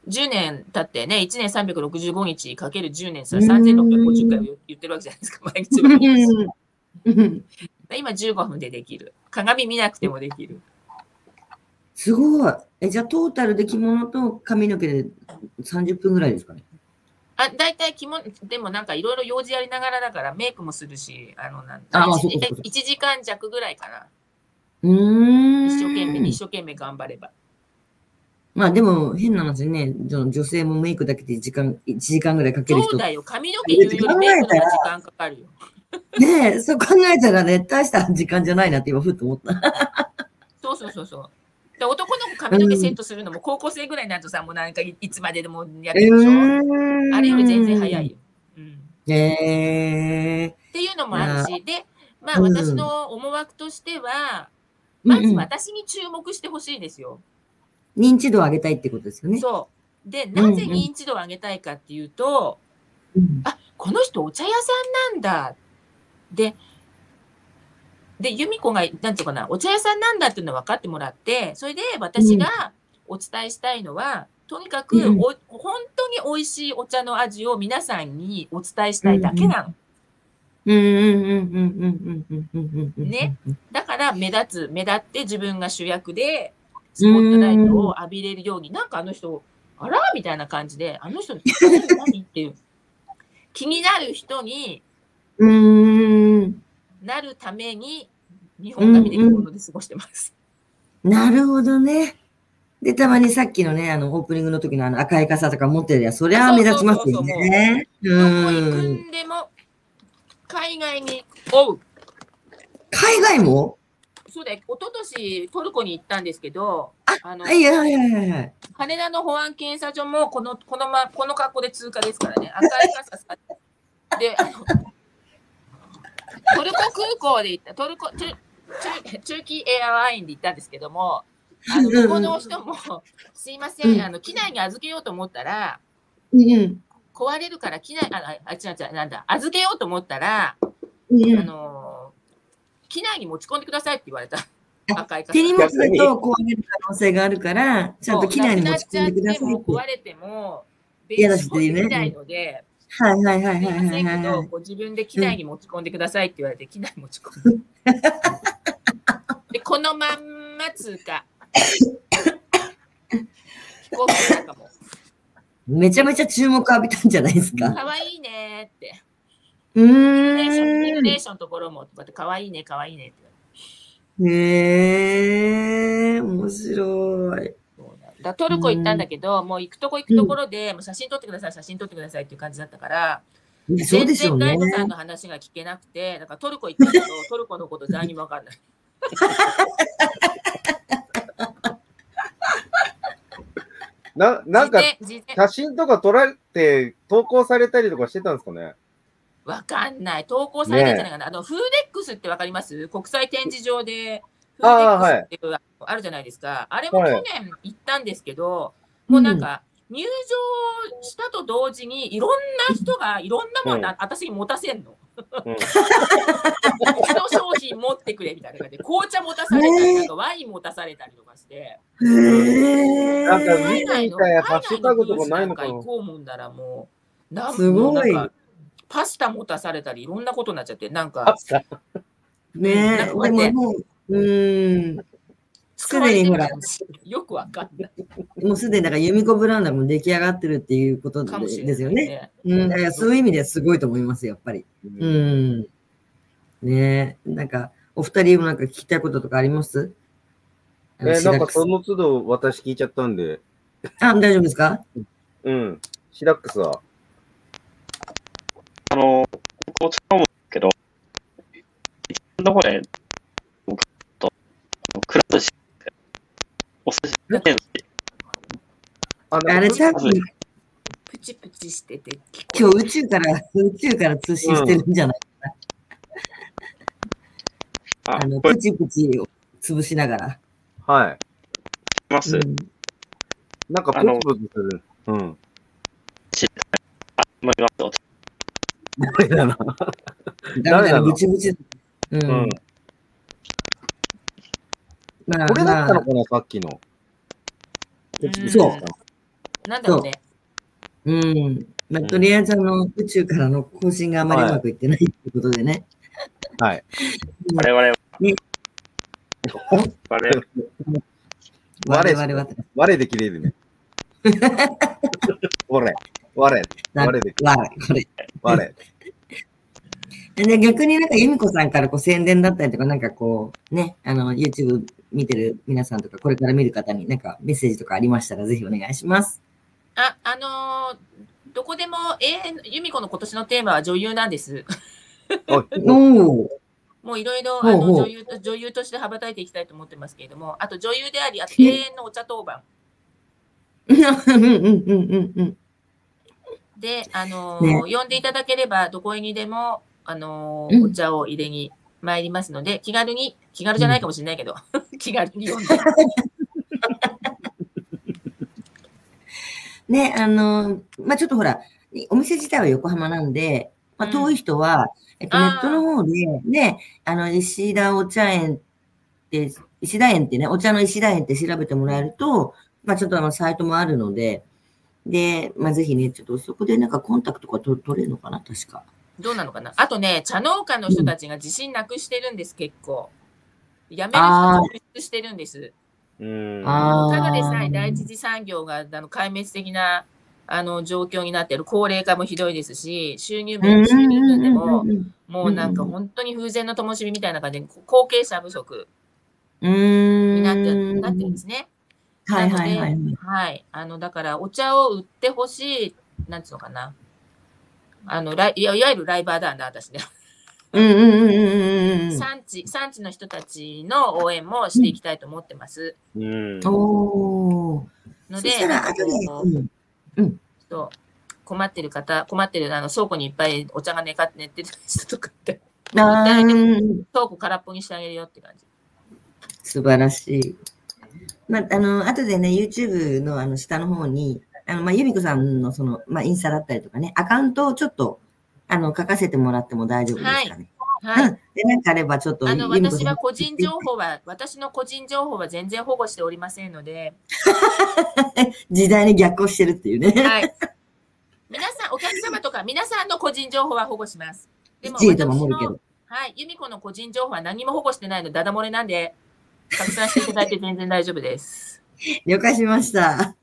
Speaker 3: 10年経ってね、1年365日かける10年、それ3650回を言ってるわけじゃないですか、毎日毎日。 今15分でできる。鏡見なくてもできる。
Speaker 1: すごい。え、じゃあトータルで着物と髪の毛で30分ぐらいですかね。
Speaker 3: あ、大体着物、でもなんかいろいろ用事やりながらだからメイクもするし、あの、なん
Speaker 1: あまあ
Speaker 3: 一
Speaker 1: そうかそうか
Speaker 3: 1時間弱ぐらいかな。
Speaker 1: うーん。
Speaker 3: 一生懸命、一生懸命頑張れば。
Speaker 1: まあでも変な話ね、その女性もメイクだけで時間、1時間ぐらいかける
Speaker 3: そう
Speaker 1: 人。
Speaker 3: だよ、髪の毛言うよりメイクの方が時間かかるよ。
Speaker 1: ねえ、そう考えたらね、大した時間じゃないなって今ふっと思った。
Speaker 3: そうそうそうそう。で男の子髪の毛セットするのも高校生ぐらいになるとさ、もうなんかいいつまででもやってるでしょ。あれより全然早いよ。うん
Speaker 1: へえ
Speaker 3: っていうのもあるし、で、まあ
Speaker 1: うん
Speaker 3: 私の思惑としては、
Speaker 1: うん
Speaker 3: まず
Speaker 1: うん
Speaker 3: 私に注目してほしいですよ。
Speaker 1: 認知度を上げたいってことですよね。
Speaker 3: そう。で、
Speaker 1: んう
Speaker 3: なんぜ認知度を上げたいかっていうと、
Speaker 1: うん
Speaker 3: あ、この人お茶屋さんなんだ。で、で、由美子が、なんていうかな、お茶屋さんなんだっていうのを分かってもらって、それで私がお伝えしたいのは、とにかく
Speaker 1: うん
Speaker 3: お、本当に美味しいお茶の味を皆さんにお伝えしたいだけなの。
Speaker 1: うんうんうんうんうんうんうんうんうん。
Speaker 3: ね。だから目立つ、目立って自分が主役で、スポットライトを浴びれるように、なんかあの人、あらみたいな感じで、あの人、何っていう。気になる人に
Speaker 1: うーん。
Speaker 3: なるために、日本髪で着物で過ごしてます。
Speaker 1: なるほどね。で、たまにさっきのね、あの、オープニングの時のあの赤い傘とか持ってりゃ、そりゃ目立ちますよね。う
Speaker 3: どこ行く
Speaker 1: ん。
Speaker 3: んでも、海外に、おう、
Speaker 1: 海外も
Speaker 3: そうだよ、一昨年トルコに行ったんですけど、あの、
Speaker 1: はいはいはいはいはい。
Speaker 3: 羽田の保安検査所もこのこの、ま、この格好で通過で すからね、赤い傘さで、あのトルコ空港で行った、トルコ、中中中期エアラインで行ったんですけども、あの
Speaker 1: うんうん
Speaker 3: 向こうの人も、すいませ
Speaker 1: うん
Speaker 3: ん、あの機内に預けようと思ったら、
Speaker 1: うんうん。
Speaker 3: 壊れるから機内、あ、あ、違う違う、なんだ、預けようと思ったら、
Speaker 1: うんう
Speaker 3: あ
Speaker 1: ん、
Speaker 3: のー機内に持ち込んでくださいって言われた。
Speaker 1: あ
Speaker 3: 赤い傘
Speaker 1: 手荷物だと壊れる可能性があるから、ちゃんと機内に持ち込んでくださいって。
Speaker 3: もうなくなっちゃっても壊れても、
Speaker 1: 嫌だしっていうね
Speaker 3: できないので、
Speaker 1: はいはいはい
Speaker 3: すい
Speaker 1: はい
Speaker 3: ま
Speaker 1: は
Speaker 3: せ
Speaker 1: いは
Speaker 3: ん
Speaker 1: い
Speaker 3: け
Speaker 1: は
Speaker 3: ど、
Speaker 1: い。
Speaker 3: ご自分で機内に持ち込んでくださいって言われて、機内に持ち込んだ。で、このまんま通過。飛行機なんかも、
Speaker 1: めちゃめちゃ注目浴びたんじゃないですか。
Speaker 3: かわいいねーって。
Speaker 1: う
Speaker 3: イルミネーションイルミ
Speaker 1: ー
Speaker 3: ネーションのところも、こうやってかわいいね、かわいいねって
Speaker 1: ん。へえ、面白い。
Speaker 3: そうなんだトルコ行ったんだけど、もう行くとこ行くところで、もう写真撮ってください、写真撮ってくださいっていう感じだったから、
Speaker 1: いやそうでしょうね
Speaker 3: 全。然ガイドさんの話が聞けなくて、だからトルコ行ったけど、トルコのこと何にもわかんない。
Speaker 2: な、なんか、
Speaker 3: 事前事前
Speaker 2: 写真とか撮られて、投稿されたりとかしてたんですかね
Speaker 3: わかんない。投稿されたんじゃないかな。あの、フーデックスってわかります国際展示場で、フ
Speaker 2: あー
Speaker 3: ーデックスっていうあるじゃないですか。あれも去年行ったんですけど、もうなんか、入場したと同時に、いろんな人がいろんなものな、私に持たせんの。
Speaker 2: うん
Speaker 3: うちの商品持ってくれみたいな感じで、紅茶持たされたり、なんかワイン持たされたりとかして、
Speaker 1: へえ。
Speaker 2: なんか
Speaker 3: 海外の
Speaker 2: みたいな
Speaker 3: 海
Speaker 2: ハッシュタ
Speaker 3: 外
Speaker 2: グ
Speaker 3: の
Speaker 2: と
Speaker 3: ブー
Speaker 2: か
Speaker 3: ス
Speaker 2: な
Speaker 3: ないん
Speaker 2: のか
Speaker 3: か
Speaker 2: な
Speaker 3: 行こうもんならもう、なん
Speaker 1: すごい
Speaker 3: もうなんかパスタ持たされたり、いろんなことになっちゃって、なん
Speaker 2: あ
Speaker 3: か
Speaker 2: っ、た。
Speaker 1: ね
Speaker 3: なん
Speaker 1: え、で
Speaker 3: かこうやって
Speaker 1: ももう、うーん。すでにほら、
Speaker 3: よくわかんない
Speaker 1: もうすでにだから、ユミコブラウンダーも出来上がってるっていうことで
Speaker 3: かもしれない、
Speaker 1: ですよね。うん、だからそういう意味ではすごいと思います、やっぱり。うん。ねえ、なんか、お二人もなんか聞きたいこととかあります
Speaker 2: えーなんかそ
Speaker 1: の
Speaker 2: の都度私聞いちゃったんで、
Speaker 1: あ、大丈夫ですか
Speaker 2: うん。シダックスは。
Speaker 4: あの、こう使うんですけど、どこで、僕と、あのくら寿司、お寿司、
Speaker 3: なん
Speaker 4: 店
Speaker 2: あ
Speaker 1: あれ多
Speaker 2: た
Speaker 1: 分、
Speaker 3: プチプチしてて、
Speaker 1: 今日宇宙から、宇宙から通信してるんじゃない、
Speaker 4: あ
Speaker 1: あの、
Speaker 4: これ
Speaker 1: プチプチを潰しながら。
Speaker 2: はい。
Speaker 4: ます、
Speaker 1: うん
Speaker 2: なんかプツプツする。うん。
Speaker 4: まあ今の
Speaker 2: これだな。
Speaker 1: ダメ
Speaker 2: 誰な
Speaker 1: だ
Speaker 2: の
Speaker 1: ブチブチ。うん。
Speaker 2: うん。
Speaker 1: まあ、
Speaker 2: これだったの
Speaker 1: ま
Speaker 2: かな、さっきの。
Speaker 3: うん
Speaker 1: そう
Speaker 3: なんだろうね。
Speaker 1: あうん。まあ、とりあえず、あの、宇宙からの更新があまりうまくいってないっていうことでね。
Speaker 2: はい。
Speaker 4: 我々は
Speaker 1: ね、
Speaker 4: 我々は
Speaker 1: 我
Speaker 2: 我
Speaker 1: 々は。
Speaker 2: 我で切れ るね。我。我。我で。
Speaker 1: 我、これ。
Speaker 2: 我。
Speaker 1: で逆になんか、由美子さんからこう宣伝だったりとか、なんかこう、ね、あの、YouTube 見てる皆さんとか、これから見る方になんかメッセージとかありましたら、ぜひお願いします。
Speaker 3: あ、あのーどこでも永遠、由美子の今年のテーマは女優なんです。
Speaker 2: おい
Speaker 1: おお
Speaker 3: もういろいろ、
Speaker 1: ほう
Speaker 3: あ
Speaker 1: ほう
Speaker 3: の、女優と、女優として羽ばたいていきたいと思ってますけれども、あと女優であり、あと永遠のお茶当番。
Speaker 1: うんうんうんうんうん。
Speaker 3: で、あの
Speaker 1: ね
Speaker 3: ー呼んでいただければ、どこへにでも、あの
Speaker 1: うん
Speaker 3: ーお茶を入れに参りますので、気軽に、気軽じゃないかもしれないけど、 気軽に呼んで。
Speaker 1: ね、あの、まあ、ちょっとほら、お店自体は横浜なんで、まあ、
Speaker 3: うん
Speaker 1: 遠い人は、えっと、ネ
Speaker 3: あー
Speaker 1: ットの方で、ね、あの、石田お茶園って、石田園ってね、お茶の石田園って調べてもらえると、まあ、ちょっとあの、サイトもあるので、で、まあ、ぜひね、ちょっとそこでなんかコンタクトがと取れるのかな、確か。
Speaker 3: どうなのかなあとね、茶農家の人たちが自信なくしてるんです、結構。辞める人
Speaker 1: あー
Speaker 3: 続出してるんです。
Speaker 2: うん。
Speaker 1: あー
Speaker 3: ただでさえ第一次産業があの壊滅的なあの状況になっている、高齢化もひどいですし、収入面、収入面でも、もうなんか本当に風前の灯火みたいな感じで、後継者不足
Speaker 1: うん。
Speaker 3: に
Speaker 1: な
Speaker 3: なってなってるんですね。
Speaker 1: はいはいはいはい。
Speaker 3: はい。あの、だから、お茶を売ってほしい、なんつうのかな。あの、ライいやいわゆるライバーだな、私ね。
Speaker 1: うんうんうんうんうんうん
Speaker 3: 産地、産地の人たちの応援もしていきたいと思ってます。
Speaker 2: うん。
Speaker 1: うん。おー。
Speaker 3: の
Speaker 1: そ
Speaker 3: で、
Speaker 1: したら後で、
Speaker 3: あの
Speaker 1: うん、
Speaker 3: そう困ってる方、困ってる、あの、倉庫にいっぱいお茶が寝か寝てる人とかって、
Speaker 1: あーうん
Speaker 3: 倉庫空っぽにしてあげるよって感じ。
Speaker 1: 素晴らしい。まあ、あの、後でね、YouTube のあの下の方に、あの、まあ、由美子さんのその、まあ、インスタだったりとかね、アカウントをちょっと、あの、書かせてもらっても大丈夫ですかね。
Speaker 3: はい。
Speaker 1: うん。で、なんかあればちょっと、
Speaker 3: あの
Speaker 1: 由美子さ
Speaker 3: 私
Speaker 1: ん
Speaker 3: は個人情報は、私の個人情報は全然保護しておりませんので、
Speaker 1: 時代に逆行してるっていうね。
Speaker 3: はい。皆さん、お客様とか、皆さんの個人情報は保護します。でも、
Speaker 1: 1位でも無理け
Speaker 3: 私
Speaker 1: ど
Speaker 3: の。はい、由美子の個人情報は何も保護してないので、ダダ漏れなんで、拡散していただいて全然大丈夫です。
Speaker 1: 了解しました。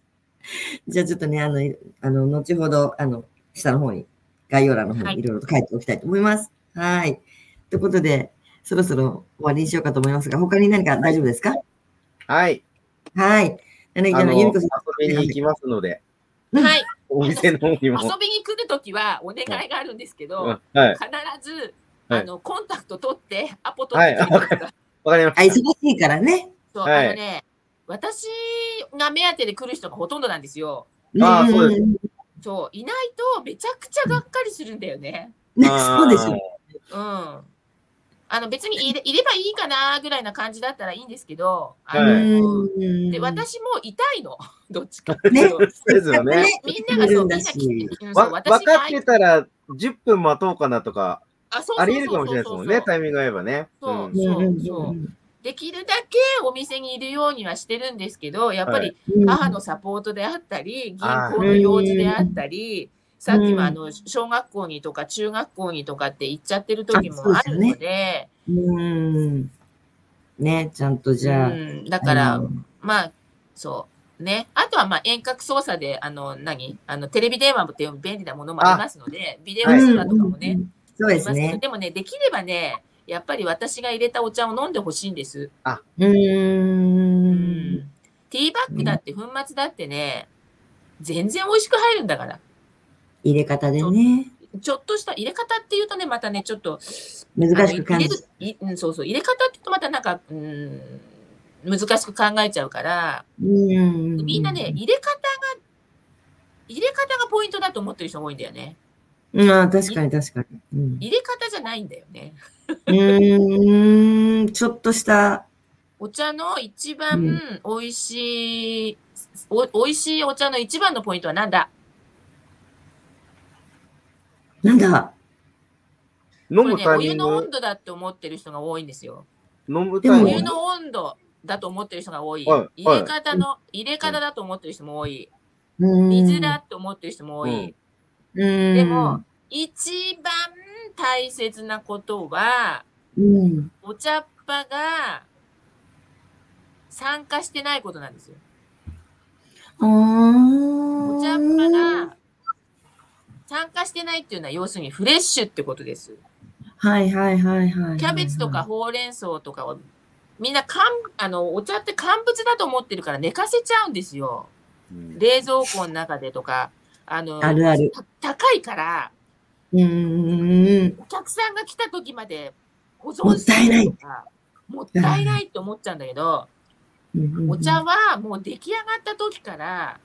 Speaker 1: じゃあちょっとね、あの、いあの、後ほど、あの、下の方に、概要欄の方
Speaker 3: はい
Speaker 1: にいろいろと書いておきたいと思います。はい。ということで、そろそろ終わりにしようかと思いますが、他に何か大丈夫ですか
Speaker 2: はい。
Speaker 1: はい。なので、
Speaker 2: あ
Speaker 1: あの、
Speaker 2: の、
Speaker 1: ゆみ
Speaker 2: 遊
Speaker 1: こさん、
Speaker 2: びに行きますので、
Speaker 1: うん
Speaker 3: はい、
Speaker 2: お店の方にも。
Speaker 3: 遊びに来るときはお願いがあるんですけ
Speaker 2: う
Speaker 3: ど、
Speaker 2: んはい。
Speaker 3: 必ず、
Speaker 2: はい
Speaker 3: あの、コンタクト取って、アポ取ってきてください。
Speaker 2: わかりま
Speaker 1: あ、忙しいからね。
Speaker 3: そう、
Speaker 2: は
Speaker 3: あ
Speaker 2: い
Speaker 3: のね、私が目当てで来る人がほとんどなんですよ。
Speaker 2: あー
Speaker 1: ん
Speaker 2: そうです
Speaker 1: ん
Speaker 3: そう、いないとめちゃくちゃがっかりするんだよね。
Speaker 1: ね
Speaker 2: あー
Speaker 1: そうですよ。
Speaker 3: うん。あの別にいれいればいいかなぐらいな感じだったらいいんですけど、あ
Speaker 2: はい
Speaker 3: の
Speaker 1: うん
Speaker 3: で私も痛いの、 どっちか。
Speaker 1: ね
Speaker 3: そう
Speaker 2: す。ですよね。
Speaker 3: みんながそう、みんな
Speaker 1: 来て
Speaker 3: 来、
Speaker 1: るんだして
Speaker 3: うん、そ
Speaker 2: わ
Speaker 3: う、
Speaker 2: 分
Speaker 3: 私が
Speaker 2: かってたら、10分待とうかなとか、
Speaker 3: あそうそうそうそう
Speaker 2: あり得るかもしれないですもんね、タイミングが合えばね。
Speaker 3: そう
Speaker 2: うん
Speaker 3: そうそう。できるだけお店にいるようにはしてるんですけど、やっぱり
Speaker 1: うん
Speaker 3: 母のサポートであったり、銀行の用事であったり、さっきもあの小学校にとか中学校にとかって行っちゃってる時もあるので、
Speaker 1: うん。ね、ちゃんとじゃあ。
Speaker 3: うん、だから、
Speaker 1: あの
Speaker 3: まあ、そう。ね。あとは、まあ、遠隔操作で、あの、何あの、テレビ電話もって便利なものもありますので、ビデオ
Speaker 2: はい
Speaker 3: 通話とかもね、
Speaker 1: うんうんうん。そうで
Speaker 3: ありますすけど
Speaker 1: ね。
Speaker 3: でもね、できればね、やっぱり私が入れたお茶を飲んでほしいんで
Speaker 1: う。。
Speaker 3: す。うんティーバッグだって、粉末だってね、全然美味しく入るんだから。
Speaker 1: 入れ方でね、
Speaker 3: ちょっとした入れ方っていうとね、またね、ちょっと、
Speaker 1: 難しく感じ
Speaker 3: あの入れるいうん、そうそう、入れ方って言うとまたなんか、うん、難しく考えちゃうから、
Speaker 1: うん。
Speaker 3: みんなね、入れ方が、入れ方がポイントだと思ってる人が多いんだよね。
Speaker 1: うん、あー確かに確かに。うん
Speaker 3: 入れ方じゃないんだよね。
Speaker 1: うー ん、ちょっとした。
Speaker 3: お茶の一番
Speaker 1: う
Speaker 3: 美味しい、お美味しいお茶の一番のポイントはなんだ
Speaker 1: なんだ
Speaker 2: 飲
Speaker 3: これ
Speaker 2: む
Speaker 3: ね、
Speaker 2: タ
Speaker 3: お
Speaker 2: イミ
Speaker 3: 湯
Speaker 2: ン
Speaker 3: の
Speaker 2: グ
Speaker 3: 温、度だって思ってる人が多いんですよ。
Speaker 2: 飲む
Speaker 1: でも
Speaker 2: タイ
Speaker 3: お
Speaker 2: ミ
Speaker 3: 湯
Speaker 2: ング。
Speaker 3: の温度だと思ってる人が多い。
Speaker 2: はい
Speaker 3: 入れ方の、入れ方だと思ってる人も多い。水
Speaker 1: 水
Speaker 3: だと思ってる人も多い。
Speaker 2: うん
Speaker 1: で
Speaker 3: でも、、一番大切なことは、
Speaker 1: うん、
Speaker 3: お茶っ葉が酸化してないことなんですよ。お
Speaker 1: お
Speaker 3: 茶っ葉が酸化してないっていうのは要するにフレッシュってことです。
Speaker 1: はいはいはいはい。
Speaker 3: キャベツとか、ほうれん草とかをみんな乾あのお茶って乾物だと思ってるから寝かせちゃうんですよ。
Speaker 2: うん
Speaker 3: 冷蔵庫の中でとか。あの
Speaker 1: あるある。
Speaker 3: た高いから
Speaker 1: うーん。
Speaker 3: お客さんが来た時まで保存するとかもったいないって思っちゃうんだけど、お茶はもう出来上がった時から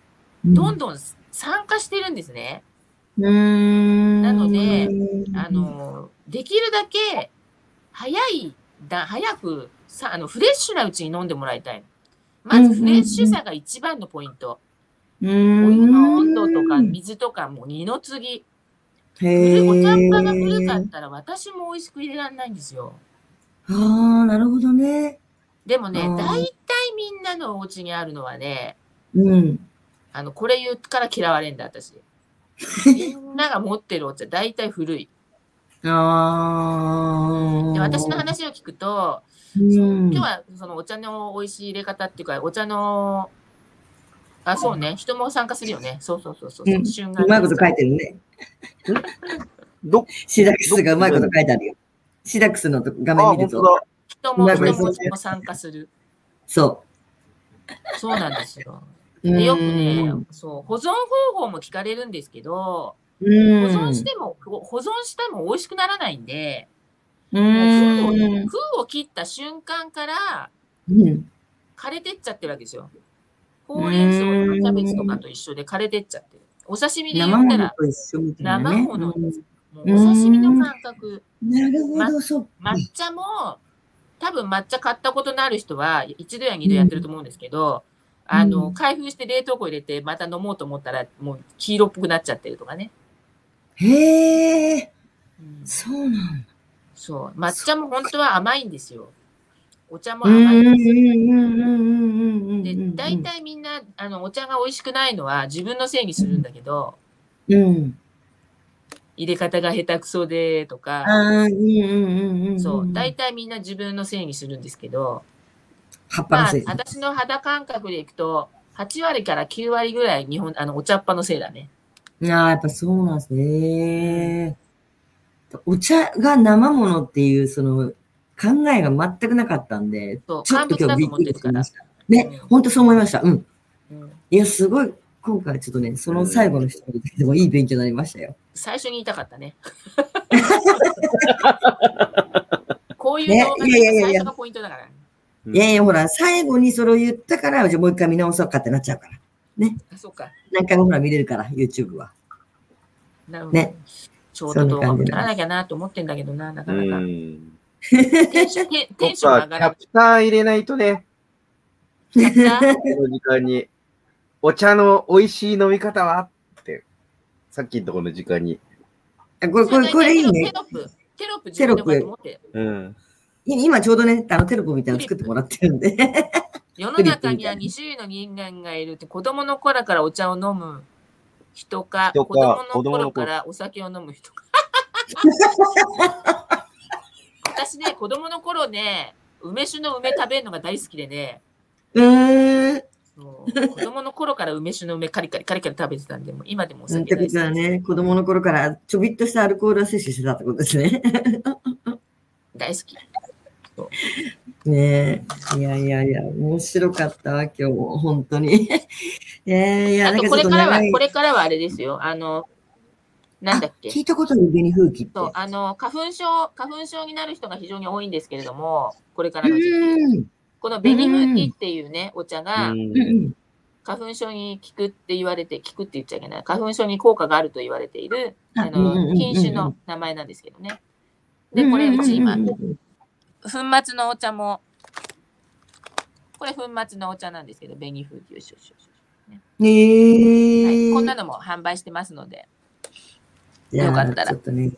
Speaker 3: どん
Speaker 1: ど
Speaker 3: どん酸化してるんですね。
Speaker 1: ん。うーん。
Speaker 3: なので、あ、の、できるだけ、早いだ、早く、さ、あの、フレッシュなうちに飲んでもらいたい。まず、フレッシュさが一番のポイント。
Speaker 1: お湯
Speaker 3: お湯の温度とか水とかも二の次。
Speaker 1: へ
Speaker 3: 古
Speaker 1: ー
Speaker 3: いお茶っ葉が古かったら私も美味しく入れられないんですよ。
Speaker 1: ああ、なるほどね。
Speaker 3: でもね、
Speaker 1: うん
Speaker 3: 大体みんなのお家にあるのはね、
Speaker 1: うん。
Speaker 3: あの、これ言うから嫌われんだ、 私。みんなが持ってるお茶、大体古い。
Speaker 1: ああ。
Speaker 3: で私の、話を聞くと、
Speaker 1: うん、
Speaker 3: 今日はそのお茶の美味しい入れ方っていうか、お茶の、あ、そうね、人も参加するよね。そうそうそうそう、
Speaker 1: うん
Speaker 3: 瞬間
Speaker 1: うまいこと書いてるね。
Speaker 2: ど、
Speaker 1: シダックスがうまいこと書いてあるよ。シダックスのとこ画
Speaker 2: あ、
Speaker 1: 面見
Speaker 2: 本
Speaker 1: る
Speaker 2: 当
Speaker 1: と。
Speaker 2: だ。
Speaker 3: 人も
Speaker 1: うまいこと
Speaker 3: 人も
Speaker 1: 書いて
Speaker 3: 人も参加する。
Speaker 1: そ
Speaker 3: そうなんで すよ。
Speaker 1: う
Speaker 3: でよく
Speaker 1: ん
Speaker 3: ね、そう、保存方法も聞かれるんですけど、
Speaker 1: う
Speaker 3: 保
Speaker 1: ん。
Speaker 3: 存しても、ほ保存しても美味しくならないんで、
Speaker 1: う
Speaker 3: もう封を
Speaker 1: ん。
Speaker 3: 封を切った瞬間から
Speaker 1: うん。
Speaker 3: 枯れてっちゃってるわけですよ。ほうれん草とかキャベツとかと一緒で枯れてっちゃってる。お刺身で
Speaker 1: 生
Speaker 3: 言っ
Speaker 1: 物
Speaker 3: たら、
Speaker 1: と一緒みたいなね。
Speaker 3: 生物
Speaker 1: うん
Speaker 3: もうお刺身の感覚、
Speaker 1: なるほど、そう。
Speaker 3: 抹茶も、多分抹茶買ったことのある人は、一度や二度やってると思うんですけど、
Speaker 1: うん
Speaker 3: あ
Speaker 1: う
Speaker 3: の、
Speaker 1: ん
Speaker 3: 開封して冷凍庫入れて、また飲もうと思ったら、もう黄色っぽくなっちゃってるとかね。
Speaker 1: へえ、
Speaker 3: うん
Speaker 1: そうなんだ。
Speaker 3: そう。抹茶も本当は甘いんですよ。お茶も
Speaker 1: うん
Speaker 3: 甘
Speaker 1: う
Speaker 3: い
Speaker 1: ん
Speaker 3: ん
Speaker 1: う
Speaker 3: ですよ。
Speaker 1: んうんうんうんうん
Speaker 3: で、
Speaker 1: うん。
Speaker 3: 大体みんな、あの、お茶が美味しくないのは自分のせいにするんだけど、
Speaker 1: うん。
Speaker 3: 入れ方が下手くそで、とか、
Speaker 1: ああ、うんうんうんうん。
Speaker 3: そう。大体みんな自分のせいにするんですけど、
Speaker 1: 葉っぱ
Speaker 3: ま
Speaker 1: の
Speaker 3: あ
Speaker 1: せい、だ。
Speaker 3: 私の肌感覚でいくと、8割から9割ぐらい日本、あの、お茶っ葉のせいだね。
Speaker 1: ああ、やっぱそうなんですね。お茶が生ものっていう、その、考えが全くなかったんで、
Speaker 3: そう
Speaker 1: ちょっと今日びっくりしました。
Speaker 3: 物だと思ってるから
Speaker 1: ね
Speaker 3: うん、
Speaker 1: 本当そう思いました。うん。
Speaker 3: うん
Speaker 1: いや、すごい、今回ちょっとね、その最後の一人でもいい勉強になりましたよ。
Speaker 3: 最初に言いたかっ たね。こういう動画が
Speaker 1: ねいやいやいやい
Speaker 3: 最
Speaker 1: や
Speaker 3: 初のポイントだから。
Speaker 2: うん
Speaker 1: いやいや、ほら、最後にそれを言ったから、じゃあもう一回見直そうかってなっちゃうから。
Speaker 3: あそうか。
Speaker 1: 何回もほら見れるから、YouTube は。
Speaker 3: なるほど。
Speaker 1: ね
Speaker 3: ショート動画
Speaker 1: そんな感
Speaker 3: も
Speaker 1: じ
Speaker 3: ならなきゃなと思ってんだけどな、なか
Speaker 2: う
Speaker 3: なか。
Speaker 2: ん。
Speaker 3: テンションテンテンシ
Speaker 2: 僕
Speaker 3: ョ
Speaker 2: はキ
Speaker 3: ンが上が
Speaker 2: ャ
Speaker 3: ら
Speaker 2: プター入れないとね、
Speaker 3: なかった。
Speaker 2: この時間に。お茶の美味しい飲み方はって、さっきのとこの時間に。
Speaker 1: あこれ、これ、これいいね
Speaker 3: テ。ロップ、テロップ自分でこうやって持って。
Speaker 2: うん。
Speaker 1: い今ちょうどね、あのテロップみたいなの作ってもらってるんで。
Speaker 3: 世の中には2種類の人間がいるって、子供の頃からお茶を飲む人か、
Speaker 2: 人
Speaker 3: 子
Speaker 2: か
Speaker 3: 供の
Speaker 2: 子供
Speaker 3: 頃
Speaker 2: の頃
Speaker 3: からお酒を飲む人か。私ね、子供の頃ね、梅酒の梅食べるのが大好きでね、
Speaker 1: うーん。
Speaker 3: そう子供の頃から梅酒の梅カリカリカリカリ食べてたんで、もう今でもお
Speaker 1: っ
Speaker 3: 酒
Speaker 1: て
Speaker 3: 大
Speaker 1: こ
Speaker 3: 好き
Speaker 1: とはね、子供の頃からちょびっとしたアルコールは摂取してたってことですね。
Speaker 3: 大好き。
Speaker 1: ねえ。いやいやいや、面白かったわ、今日も、本当に。い やいや、
Speaker 3: あ
Speaker 1: なん
Speaker 3: と
Speaker 1: かち
Speaker 3: こ
Speaker 1: ょっと
Speaker 3: れからは
Speaker 1: 長い、。
Speaker 3: これからはあれですよ。あの、なんだっけ
Speaker 1: 聞。いたことある紅風紀って。
Speaker 3: そう
Speaker 1: う、
Speaker 3: あの、花粉症、花粉症になる人が非常に多いんですけれども、これからの時期。
Speaker 1: ーん。
Speaker 3: この紅ムキっていうね、お茶が
Speaker 1: うんうん
Speaker 3: 花粉症に効くって言われて、効くって言っちゃいけない。花粉症に効果があると言われている、
Speaker 1: あう
Speaker 3: あ
Speaker 1: んうんうんう
Speaker 3: の、
Speaker 1: ん
Speaker 3: 品種の名前なんですけどね。で、これうち今、
Speaker 1: んん
Speaker 3: 粉
Speaker 1: んうん
Speaker 3: 末のお茶も、これ粉末のお茶なんですけど、紅風よしよしよしよしは
Speaker 1: ねえ。
Speaker 3: い。こんなのも販売してますので、
Speaker 1: じゃあ
Speaker 3: よかったら
Speaker 1: ちょっとね、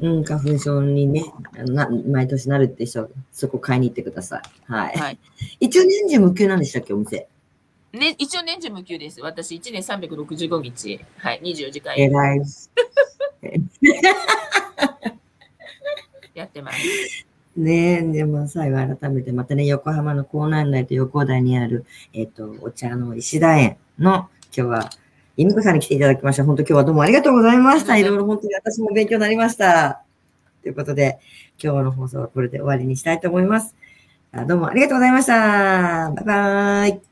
Speaker 1: うん、花粉症にね、あのな毎年なるって人は、そこ買いに行ってください。はい。
Speaker 3: はい
Speaker 1: 一応年中無休なんでしたっけ、お店。
Speaker 3: ね、一応年中無休です。私、1年365日、はい、24時間
Speaker 1: えらい。
Speaker 3: やってます。
Speaker 1: ねえ、でも最後改めて、またね、横浜の港南台と横台にある、えっ、と、お茶の石田園の、今日は、由美子さんに来ていただきました。本当今日はどうもありがとうございました。
Speaker 3: あ
Speaker 1: い
Speaker 3: りが
Speaker 1: ろ
Speaker 3: と
Speaker 1: いろ本当に私も勉強になりました。ということで、今日の放送はこれで終わりにしたいと思います。あどうもありがとうございました。バイバーイ。